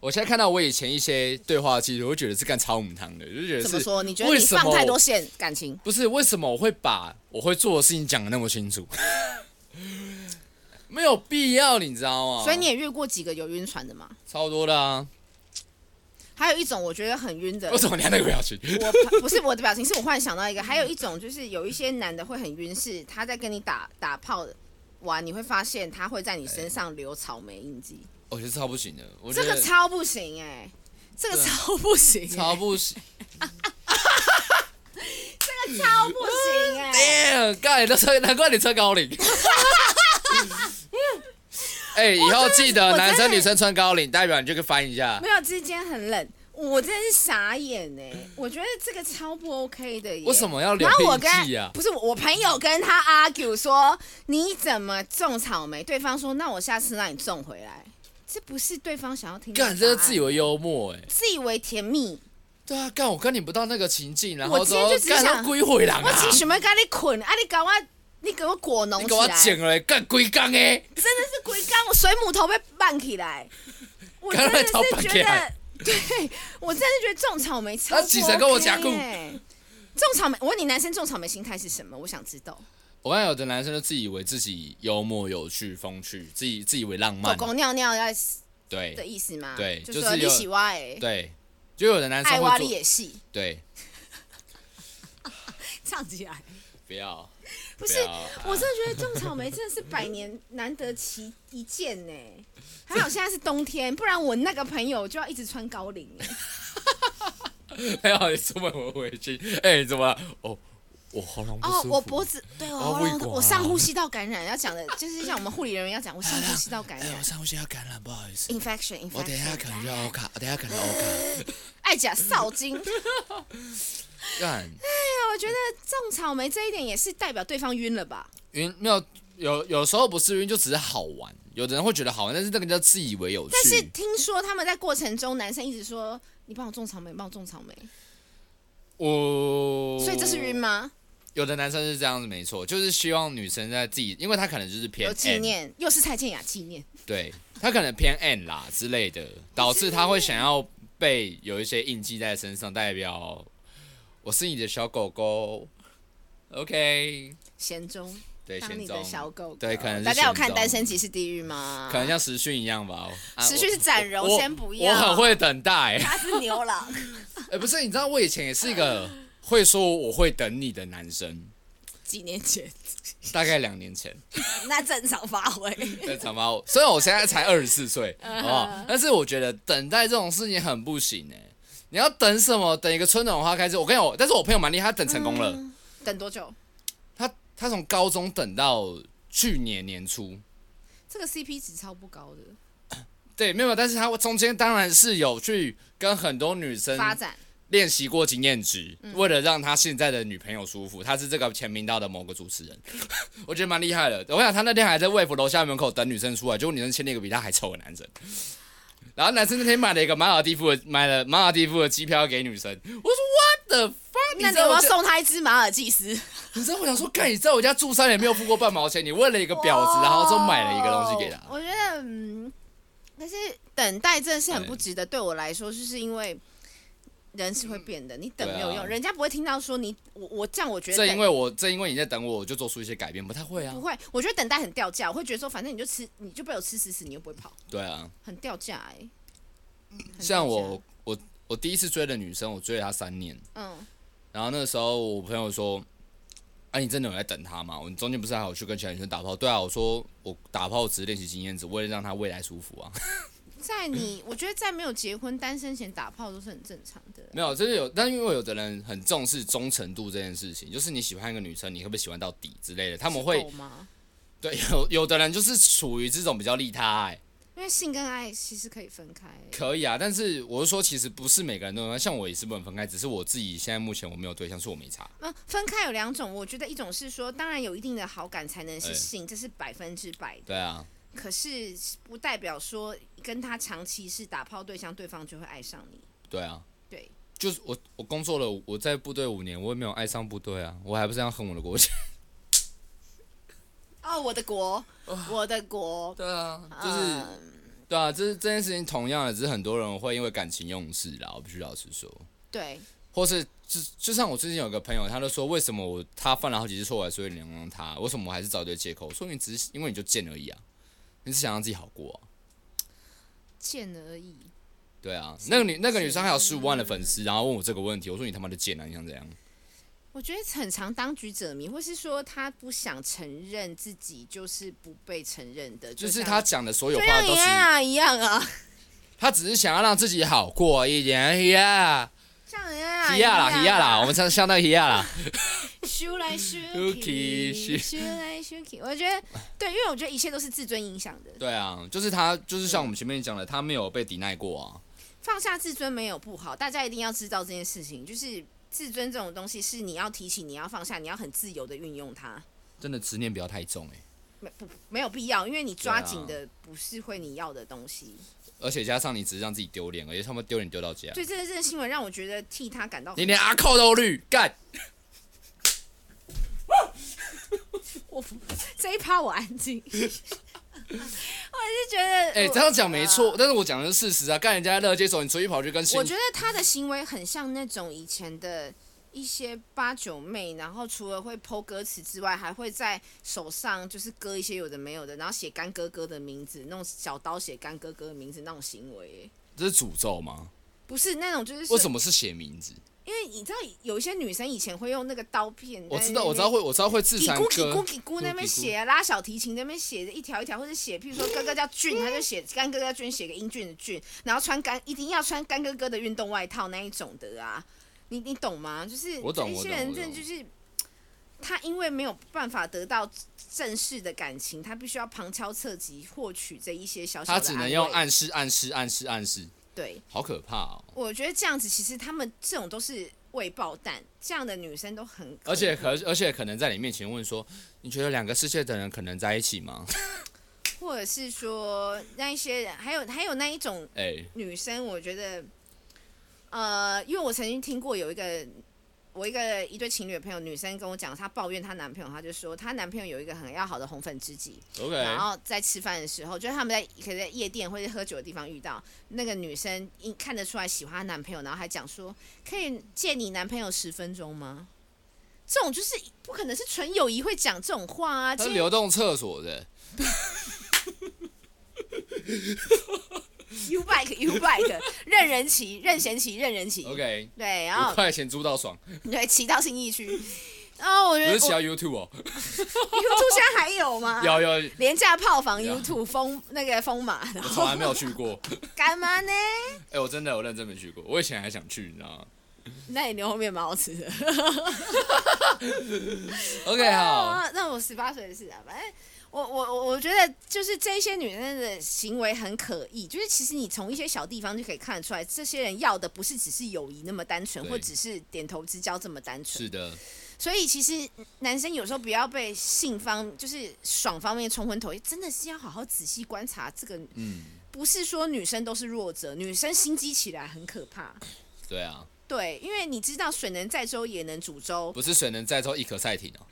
[SPEAKER 1] 我现在看到我以前一些对话记录，我觉得是干超母汤的，就觉得
[SPEAKER 2] 怎么
[SPEAKER 1] 是
[SPEAKER 2] 说？你觉得
[SPEAKER 1] 为
[SPEAKER 2] 你
[SPEAKER 1] 什啊
[SPEAKER 2] 放
[SPEAKER 1] 么
[SPEAKER 2] 太
[SPEAKER 1] 我
[SPEAKER 2] 多线 感情？
[SPEAKER 1] 不是为什么我会把我会做的事情讲的那么清楚？ 没有必要，你知道吗？
[SPEAKER 2] 所以你也遇过几个有晕船的吗？
[SPEAKER 1] 超多的啊！
[SPEAKER 2] 还有一种我觉得很 晕的
[SPEAKER 1] 为，什么你要那个表情？
[SPEAKER 2] 我怕不是我的表情，是我忽然想到一个，还有一种就是有一些男的会很晕，是他在跟你打打炮完，你会发现他会在你身上留草莓印记，
[SPEAKER 1] 我觉得超不行的，我觉
[SPEAKER 2] 这
[SPEAKER 1] 得
[SPEAKER 2] 个超不行哎、这个
[SPEAKER 1] 对
[SPEAKER 2] 超不行、欸，
[SPEAKER 1] 超不行。
[SPEAKER 2] 超不行哎、
[SPEAKER 1] Damn，干你的车，难怪你穿高 领。哎、以后记得
[SPEAKER 2] 我真的
[SPEAKER 1] 男生女生穿高领，代表你就去翻一下。
[SPEAKER 2] 没有，之间很冷，我真的是傻眼哎、我觉得这个超不 OK 的耶。
[SPEAKER 1] 为什么要留
[SPEAKER 2] 然后我跟
[SPEAKER 1] 印记啊？
[SPEAKER 2] 不是我朋友跟他 argue 说你怎么种草莓？对方说那我下次让你种回来。这不是对方想要听的答案，
[SPEAKER 1] 干，这是自以为幽默哎、
[SPEAKER 2] 自以为甜蜜。
[SPEAKER 1] 对啊，干我跟你不到那个情境，然
[SPEAKER 2] 我
[SPEAKER 1] 后
[SPEAKER 2] 今天
[SPEAKER 1] 说
[SPEAKER 2] 就只
[SPEAKER 1] 干
[SPEAKER 2] 想
[SPEAKER 1] 他归回狼
[SPEAKER 2] 我
[SPEAKER 1] 啊！
[SPEAKER 2] 只想要跟你捆，啊你搞我，你给我果农
[SPEAKER 1] 你
[SPEAKER 2] 起
[SPEAKER 1] 给我
[SPEAKER 2] 来，啊
[SPEAKER 1] 剪了，干龟缸哎！
[SPEAKER 2] 真的是鬼刚，我水母头被绊 起来。我真的
[SPEAKER 1] 刚才超
[SPEAKER 2] 是
[SPEAKER 1] 绑
[SPEAKER 2] 觉
[SPEAKER 1] 起
[SPEAKER 2] 得
[SPEAKER 1] 来，
[SPEAKER 2] 对我真的觉得种草莓超
[SPEAKER 1] 他起身跟我讲
[SPEAKER 2] 讲
[SPEAKER 1] 故
[SPEAKER 2] 种草莓，我问你，男生种草莓心态是什么？我想知道。
[SPEAKER 1] 我看有的男生就自以为自己幽默、有趣、风趣，自己自以为浪
[SPEAKER 2] 狗
[SPEAKER 1] 漫，啊
[SPEAKER 2] 狗尿尿要
[SPEAKER 1] 对
[SPEAKER 2] 的意思吗？
[SPEAKER 1] 对
[SPEAKER 2] 就
[SPEAKER 1] 就是
[SPEAKER 2] 说你
[SPEAKER 1] 有
[SPEAKER 2] 喜欢哎，
[SPEAKER 1] 对，就有的男
[SPEAKER 2] 爱
[SPEAKER 1] 生
[SPEAKER 2] 挖
[SPEAKER 1] 会
[SPEAKER 2] 你
[SPEAKER 1] 做，
[SPEAKER 2] 也戏，
[SPEAKER 1] 对，
[SPEAKER 2] 唱起来。
[SPEAKER 1] 不要，
[SPEAKER 2] 不是
[SPEAKER 1] 不要，
[SPEAKER 2] 我真的觉得种草莓真的是百年难得其一见呢、还好现在是冬天，不然我那个朋友就要一直穿高领哎、
[SPEAKER 1] 还啊好你出门我围巾。哎、你怎么了？哦，我喉咙不舒
[SPEAKER 2] 哦，
[SPEAKER 1] 服。
[SPEAKER 2] 我脖子对我
[SPEAKER 1] 啊
[SPEAKER 2] 喉
[SPEAKER 1] 胃
[SPEAKER 2] 咙痛，
[SPEAKER 1] 管
[SPEAKER 2] 我上呼吸道感染要讲的，就是像我们护理人员要讲，我上呼吸道感
[SPEAKER 1] 哎、
[SPEAKER 2] 染
[SPEAKER 1] 我上呼吸道感染，不好意思。
[SPEAKER 2] infection
[SPEAKER 1] 我等一下
[SPEAKER 2] infection，
[SPEAKER 1] 可能就要 O 卡，我等一下可能 O
[SPEAKER 2] 爱讲少精。对
[SPEAKER 1] 卡。干
[SPEAKER 2] 啊，我觉得种草莓这一点也是代表对方晕了吧？
[SPEAKER 1] 晕没有？有有时候不是晕，就只是好玩。有的人会觉得好玩，但是那个叫自以为有趣。
[SPEAKER 2] 但是听说他们在过程中，男生一直说你帮我种草莓，帮我种草莓，
[SPEAKER 1] 我
[SPEAKER 2] 所以这是晕吗？
[SPEAKER 1] 有的男生是这样子，没错，就是希望女生在自己，因为他可能就是偏
[SPEAKER 2] 有纪
[SPEAKER 1] N，
[SPEAKER 2] 念，又是蔡健雅纪念。
[SPEAKER 1] 对他可能偏 N 啦之类的，导致他会想要被有一些印记在身上，代表我是你的小狗狗，OK，
[SPEAKER 2] 贤忠，
[SPEAKER 1] 对，
[SPEAKER 2] 当
[SPEAKER 1] 贤
[SPEAKER 2] 你的
[SPEAKER 1] 忠，
[SPEAKER 2] 小狗狗。
[SPEAKER 1] 对可能是
[SPEAKER 2] 大家有
[SPEAKER 1] 贤
[SPEAKER 2] 看《
[SPEAKER 1] 忠
[SPEAKER 2] 单身即是地狱》吗？
[SPEAKER 1] 可能像时讯一样吧。啊
[SPEAKER 2] 时讯
[SPEAKER 1] 我
[SPEAKER 2] 是展荣，
[SPEAKER 1] 我
[SPEAKER 2] 先不要。
[SPEAKER 1] 我很，会等待。
[SPEAKER 2] 他是牛 郎。
[SPEAKER 1] 哎，不是，你知道我以前也是一个会说我会等你的男生，
[SPEAKER 2] 几年前，
[SPEAKER 1] 大概两年前。
[SPEAKER 2] 那正常发挥。
[SPEAKER 1] 在长毛，虽然我现在才二十四 岁，
[SPEAKER 2] 嗯
[SPEAKER 1] 好不好？但是我觉得等待这种事情很不行哎、你要等什么？等一个春暖花开之后，我跟你讲，但是我朋友蛮厉害，他等成功了。
[SPEAKER 2] 等多久？
[SPEAKER 1] 他他从高中等到去年年初，
[SPEAKER 2] 这个 CP 值超不高的
[SPEAKER 1] 对，没有。但是他中间当然是有去跟很多女生
[SPEAKER 2] 发展，
[SPEAKER 1] 练习过经验值，
[SPEAKER 2] 嗯
[SPEAKER 1] 为了让他现在的女朋友舒服，他是这个前频道的某个主持人， 我觉得蛮厉害的。我想他那天还在卫福楼下门口等女生出来，结果女生牵了一个比他还丑的男生。然后男生那天买了一个马尔蒂夫的，买了马尔蒂夫的机票给女生。我说 What the fuck？
[SPEAKER 2] 那
[SPEAKER 1] 知
[SPEAKER 2] 你
[SPEAKER 1] 道
[SPEAKER 2] 有
[SPEAKER 1] 我
[SPEAKER 2] 没有
[SPEAKER 1] 家？
[SPEAKER 2] 送他一只马尔济斯？
[SPEAKER 1] 你知道我想说，干，你在我家住三年没有付过半毛钱，你为了一个婊子，然后就买了一个东西给他。
[SPEAKER 2] 哦我觉得，嗯，可是等待真的是很不
[SPEAKER 1] 哎
[SPEAKER 2] 值得。对我来说，就是因为人是会变的，你等没有
[SPEAKER 1] 对
[SPEAKER 2] 用，
[SPEAKER 1] 啊
[SPEAKER 2] 人家不会听到说你我我这样，我觉得
[SPEAKER 1] 正因
[SPEAKER 2] 等
[SPEAKER 1] 为我正因为你在等我，我就做出一些改变，不太会啊
[SPEAKER 2] 不。会，我觉得等待很掉价，我会觉得说，反正你就吃，你就被我吃死死，你又不会跑，
[SPEAKER 1] 对啊，
[SPEAKER 2] 很掉价哎、很掉价
[SPEAKER 1] 像我，我我第一次追的女生，我追了她三年。
[SPEAKER 2] 嗯，
[SPEAKER 1] 然后那个时候我朋友说：“啊，你真的有在等他吗？我中间不是还有去跟其他女生打炮？”对啊，我说我打炮只是练习经验值，为了让她未来舒服啊。
[SPEAKER 2] 在你，我觉得在没有结婚单身前打炮都是很正常的。
[SPEAKER 1] 没有，就是有，但因为有的人很重视忠诚度这件事情，就是你喜欢一个女生，你会不会喜欢到底之类的，他
[SPEAKER 2] 他
[SPEAKER 1] 们会
[SPEAKER 2] 吗？
[SPEAKER 1] 对有有的人就是处于这种比较利他、欸，
[SPEAKER 2] 因为性跟爱其实可以分开。欸
[SPEAKER 1] 可以啊，但是我是说，其实不是每个人都能，像我也是不能分开，只是我自己现在目前我没有对象，所以我没差。
[SPEAKER 2] 嗯，分开有两种，我觉得一种是说，当然有一定的好感才能
[SPEAKER 1] 哎
[SPEAKER 2] 是性，这是百分之百的。
[SPEAKER 1] 对啊，
[SPEAKER 2] 可是不代表说跟他长期是打炮对象，对方就会爱上你。
[SPEAKER 1] 对啊，
[SPEAKER 2] 对，
[SPEAKER 1] 就是我我工作了，我在部队五年，我也没有爱上部队啊，我还不是要恨我的国家。
[SPEAKER 2] 哦，我的国，我的国，
[SPEAKER 1] 啊对啊，就是、
[SPEAKER 2] 嗯，
[SPEAKER 1] 对啊，这是这件事情同样的，只是很多人会因为感情用事啦，我必须老实说，
[SPEAKER 2] 对，
[SPEAKER 1] 或是就就像我之前有个朋友，他就说为什么我他犯了好几次错，我还是会原谅他，为什么我还是找一堆借口？我说明只是因为你就贱而已啊，你只想让自己好过啊。
[SPEAKER 2] 见而已。
[SPEAKER 1] 对啊，那个女那个女生还有十五万
[SPEAKER 2] 嗯
[SPEAKER 1] 的粉丝，然后问我这个问题，我说你他妈的贱啊，你想怎样？
[SPEAKER 2] 我觉得很常当局者迷，或是说他不想承认自己就是不被承认的，
[SPEAKER 1] 就是
[SPEAKER 2] 像
[SPEAKER 1] 他讲的所有
[SPEAKER 2] 就
[SPEAKER 1] 话
[SPEAKER 2] 像
[SPEAKER 1] 都
[SPEAKER 2] 妍
[SPEAKER 1] 是，
[SPEAKER 2] 啊一 样啊，
[SPEAKER 1] 他只是想要让自己好过一点，一
[SPEAKER 2] 哎
[SPEAKER 1] 呀，
[SPEAKER 2] 像妍啊
[SPEAKER 1] 一呀啦，一呀啦，我
[SPEAKER 2] 们
[SPEAKER 1] 们唱相当一呀啦，
[SPEAKER 2] 修来修
[SPEAKER 1] Shuki，
[SPEAKER 2] 去，修来修去。我觉得对，因为我觉得一切都是自尊影响的，
[SPEAKER 1] 对啊，就是他，就是像我们前面讲的，他没有被抵赖过啊，
[SPEAKER 2] 放下自尊没有不好，大家一定要知道这件事情，就是。自尊这种东西是你要提起，你要放下，你要很自由的运用它，
[SPEAKER 1] 真的执念不要太重哎、
[SPEAKER 2] 没不没有必要，因为你抓紧
[SPEAKER 1] 对啊
[SPEAKER 2] 的不是会你要的东西。
[SPEAKER 1] 而且加上你只是让自己丢脸而已，他们丢脸丢到家，
[SPEAKER 2] 所以这个这个新闻让我觉得替他感到
[SPEAKER 1] 你连阿扣都绿干，
[SPEAKER 2] 我这一趴我安静，我是觉得，
[SPEAKER 1] 哎、
[SPEAKER 2] 我
[SPEAKER 1] 这样讲没错，。但是我讲的是事实啊，干人家的热街手，你出去跑去跟新
[SPEAKER 2] 啊我觉得他的行为很像那种以前的一些八九妹，然后除了会剖歌词之外，还会在手上就是割一些有的没有的，然后写干哥哥的名字，那种小刀写干哥哥的名字那种行为，
[SPEAKER 1] 这是诅咒吗？
[SPEAKER 2] 不是那种就是哎
[SPEAKER 1] 为什
[SPEAKER 2] 么？
[SPEAKER 1] 么是写名字？
[SPEAKER 2] 因为你知道有一些女生以前会用那个刀片，
[SPEAKER 1] 我知道，我知道。会，我知道会自
[SPEAKER 2] 嘀
[SPEAKER 1] 残
[SPEAKER 2] 咕嘀咕
[SPEAKER 1] 歌。
[SPEAKER 2] 嘀咕那边写啊拉小提琴那边写的一条一条，或者写，譬如说哥哥叫俊，他就写干哥哥叫俊，写个英俊的俊，然后穿干一定要穿干哥哥的运动外套那一种的啊，你你懂吗？就是
[SPEAKER 1] 我懂
[SPEAKER 2] 一
[SPEAKER 1] 我
[SPEAKER 2] 些
[SPEAKER 1] 懂
[SPEAKER 2] 人
[SPEAKER 1] 我
[SPEAKER 2] 真的
[SPEAKER 1] 懂
[SPEAKER 2] 就是他因为没有办法得到正式的感情，他必须要旁敲侧击获取这一些小小的
[SPEAKER 1] 他只能用
[SPEAKER 2] 安慰
[SPEAKER 1] 暗示、暗示、暗示、暗示，
[SPEAKER 2] 对，
[SPEAKER 1] 好可怕哦！
[SPEAKER 2] 我觉得这样子其实他们这种都是未爆弹，这样的女生都很
[SPEAKER 1] 而且可，而且可能在你面前问说：“你觉得两个世界的人可能在一起吗
[SPEAKER 2] 或者是说那一些人，还有还有那一种。？”
[SPEAKER 1] 哎、
[SPEAKER 2] 女生，我觉得，呃，因为我曾经听过有一个我一个一对情侣的朋友，女生跟我讲，她抱怨她男朋友，她就说她男朋友有一个很要好的红粉知己，
[SPEAKER 1] o
[SPEAKER 2] 然
[SPEAKER 1] k
[SPEAKER 2] 后在吃饭的时候，就是他们在可能在夜店或者喝酒的地方遇到那个女生，一看得出来喜欢她男朋友，然后还讲说可以借你男朋友十分钟吗？这种就是不可能是纯友谊会讲这种话啊！
[SPEAKER 1] 他
[SPEAKER 2] 今
[SPEAKER 1] 是
[SPEAKER 2] 天
[SPEAKER 1] 流动厕所的，
[SPEAKER 2] U bike U bike 任人骑任贤齐任人骑
[SPEAKER 1] OK，
[SPEAKER 2] 对，然后
[SPEAKER 1] 五块钱租到爽，
[SPEAKER 2] 对，骑到信义区。哦，我觉
[SPEAKER 1] 不
[SPEAKER 2] 得
[SPEAKER 1] 是骑
[SPEAKER 2] 我啊
[SPEAKER 1] 到 YouTube 哦，
[SPEAKER 2] YouTube 现在还有吗？
[SPEAKER 1] 有有，
[SPEAKER 2] 廉价炮房
[SPEAKER 1] 有
[SPEAKER 2] YouTube 风那个风马，然
[SPEAKER 1] 我
[SPEAKER 2] 后
[SPEAKER 1] 从来没有去过，
[SPEAKER 2] 干嘛呢？
[SPEAKER 1] 哎、我真的我认真没去过，我以前还想去，你知道吗
[SPEAKER 2] 那你牛肉面蛮好吃的。
[SPEAKER 1] ？OK，好，
[SPEAKER 2] 啊，那我十八岁的事啊，反正。我我我我觉得就是这些女生的行为很可疑，就是其实你从一些小地方就可以看得出来，这些人要的不是只是友谊那么单纯，
[SPEAKER 1] 对
[SPEAKER 2] 或只是点头之交这么单纯。
[SPEAKER 1] 是的，
[SPEAKER 2] 所以其实男生有时候不要被性方就是爽方面冲昏头，真的是要好好仔细观察这个
[SPEAKER 1] 嗯，
[SPEAKER 2] 不是说女生都是弱者，女生心机起来很可怕。
[SPEAKER 1] 对啊，
[SPEAKER 2] 对，因为你知道水能载舟也能煮粥，
[SPEAKER 1] 不是水能载舟，亦可赛艇哦。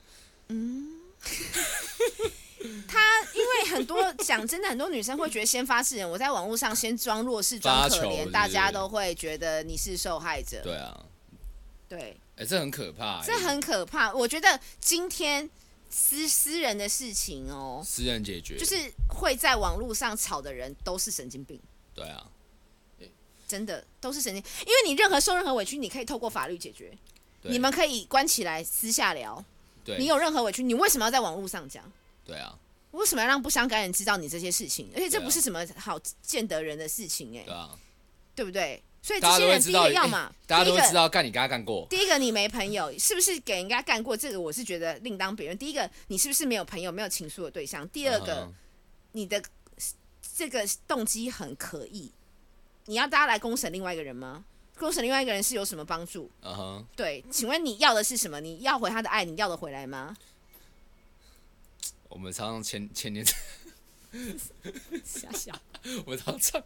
[SPEAKER 2] 她因为很多讲真的，很多女生会觉得先发制人，我在网络上先装弱势、装
[SPEAKER 1] 发
[SPEAKER 2] 可
[SPEAKER 1] 球是不
[SPEAKER 2] 怜，
[SPEAKER 1] 是
[SPEAKER 2] 大家都会觉得你是受害者。
[SPEAKER 1] 对啊，
[SPEAKER 2] 对，
[SPEAKER 1] 哎、这很可怕、欸，
[SPEAKER 2] 这很可怕。我觉得今天私私人的事情哦，
[SPEAKER 1] 私人解决，
[SPEAKER 2] 就是会在网络上吵的人都是神经病。
[SPEAKER 1] 对啊，
[SPEAKER 2] 真的都是神经，因为你任何受任何委屈，你可以透过法律解决，
[SPEAKER 1] 对
[SPEAKER 2] 你们可以关起来私下聊，
[SPEAKER 1] 对，
[SPEAKER 2] 你有任何委屈，你为什么要在网络上讲？
[SPEAKER 1] 对啊，
[SPEAKER 2] 为什么要让不相干人知道你这些事情？而且这
[SPEAKER 1] 对啊
[SPEAKER 2] 不是什么好见得人的事情、
[SPEAKER 1] 对
[SPEAKER 2] 哎、
[SPEAKER 1] 啊，
[SPEAKER 2] 对不对？所以这
[SPEAKER 1] 大家
[SPEAKER 2] 些
[SPEAKER 1] 都会
[SPEAKER 2] 人第
[SPEAKER 1] 知
[SPEAKER 2] 一
[SPEAKER 1] 道哎
[SPEAKER 2] 个，要嘛，
[SPEAKER 1] 大家都
[SPEAKER 2] 第
[SPEAKER 1] 会
[SPEAKER 2] 一
[SPEAKER 1] 知
[SPEAKER 2] 个
[SPEAKER 1] 道干你跟他干过，
[SPEAKER 2] 第一个你没朋友，是不是给人家干过这个？我是觉得另
[SPEAKER 1] 嗯
[SPEAKER 2] 当别论。第一个，你是不是没有朋友、没有情书的对象？第二个，
[SPEAKER 1] 嗯哼
[SPEAKER 2] 你的这个动机很可疑，你要大家来公审另外一个人吗？公审另外一个人是有什么帮助？
[SPEAKER 1] 嗯哼，
[SPEAKER 2] 对，请问你要的是什么？你要回他的爱，你要得回来吗？
[SPEAKER 1] 我们常常前前年，
[SPEAKER 2] 瞎想。
[SPEAKER 1] 我们常常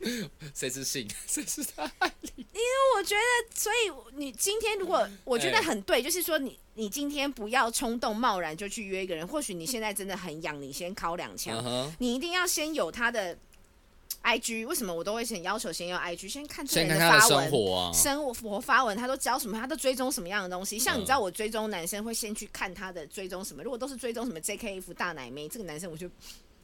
[SPEAKER 1] 谁是信，谁是他？
[SPEAKER 2] 我觉得，所以你今天如果我觉得很对，就是说你你今天不要冲动贸然就去约一个人，或许你现在真的很痒，你先敲两
[SPEAKER 1] 嗯
[SPEAKER 2] 枪，
[SPEAKER 1] 哼，
[SPEAKER 2] 你一定要先有他的 IG。为什么我都会先要求先用 IG，先看这
[SPEAKER 1] 先
[SPEAKER 2] 个
[SPEAKER 1] 看
[SPEAKER 2] 人
[SPEAKER 1] 他的
[SPEAKER 2] 发
[SPEAKER 1] 生
[SPEAKER 2] 文。
[SPEAKER 1] 活啊，
[SPEAKER 2] 生活发文，他都教什么？他都追踪什么样的东西？像
[SPEAKER 1] 嗯
[SPEAKER 2] 你知道，我追踪男生会先去看他的追踪什么。如果都是追踪什么 JKF 大奶妹，这个男生我就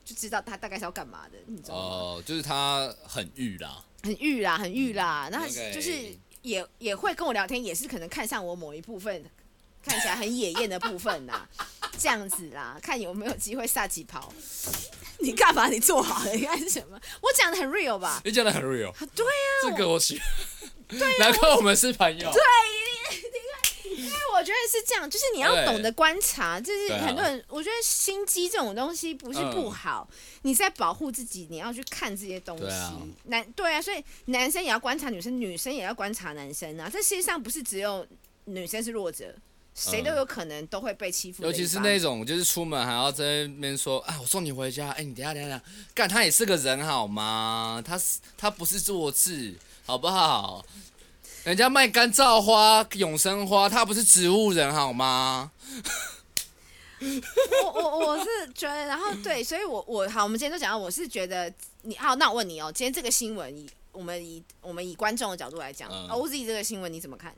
[SPEAKER 2] 就知道他大概是要干嘛的，你知道吗？
[SPEAKER 1] 哦，就是他很欲啦，
[SPEAKER 2] 很欲啦，很欲啦，那
[SPEAKER 1] OK
[SPEAKER 2] 就是也也会跟我聊天，也是可能看上我某一部分，看起来很野艳的部分啦，这样子啦，看有没有机会下起跑。 你干嘛？你做好了，你干什么？我讲的很 real 吧？
[SPEAKER 1] 你讲的很 real，
[SPEAKER 2] 对
[SPEAKER 1] 这
[SPEAKER 2] 啊，
[SPEAKER 1] 个我 喜，难怪我们是朋友。啊
[SPEAKER 2] 因为我觉得是这样，就是你要懂得观察，就是
[SPEAKER 1] 对啊嗯
[SPEAKER 2] 很多人，我觉得心机这种东西不是不好，你在保护自己，你要去看这些东西。
[SPEAKER 1] 对啊
[SPEAKER 2] 男对啊，所以男生也要观察女生，女生也要观察男生啊。这世界上不是只有女生是弱者，谁都有可能都会被欺负
[SPEAKER 1] 嗯
[SPEAKER 2] 的
[SPEAKER 1] 尤
[SPEAKER 2] 一方。
[SPEAKER 1] 其是那种就是出门还要在那边说啊，我送你回家，哎、你等一下等一下，等一下干他也是个人好吗？他是他不是弱智，好不好？人家卖干燥花、永生花，他不是植物人好吗？
[SPEAKER 2] 我我我是觉得， 然后对，所以我我好，我们今天都讲到，我是觉得你好，那我问你哦，今天这个新闻以我们以我们以观众的角度来讲、
[SPEAKER 1] 嗯
[SPEAKER 2] o z 这个新闻你怎么看？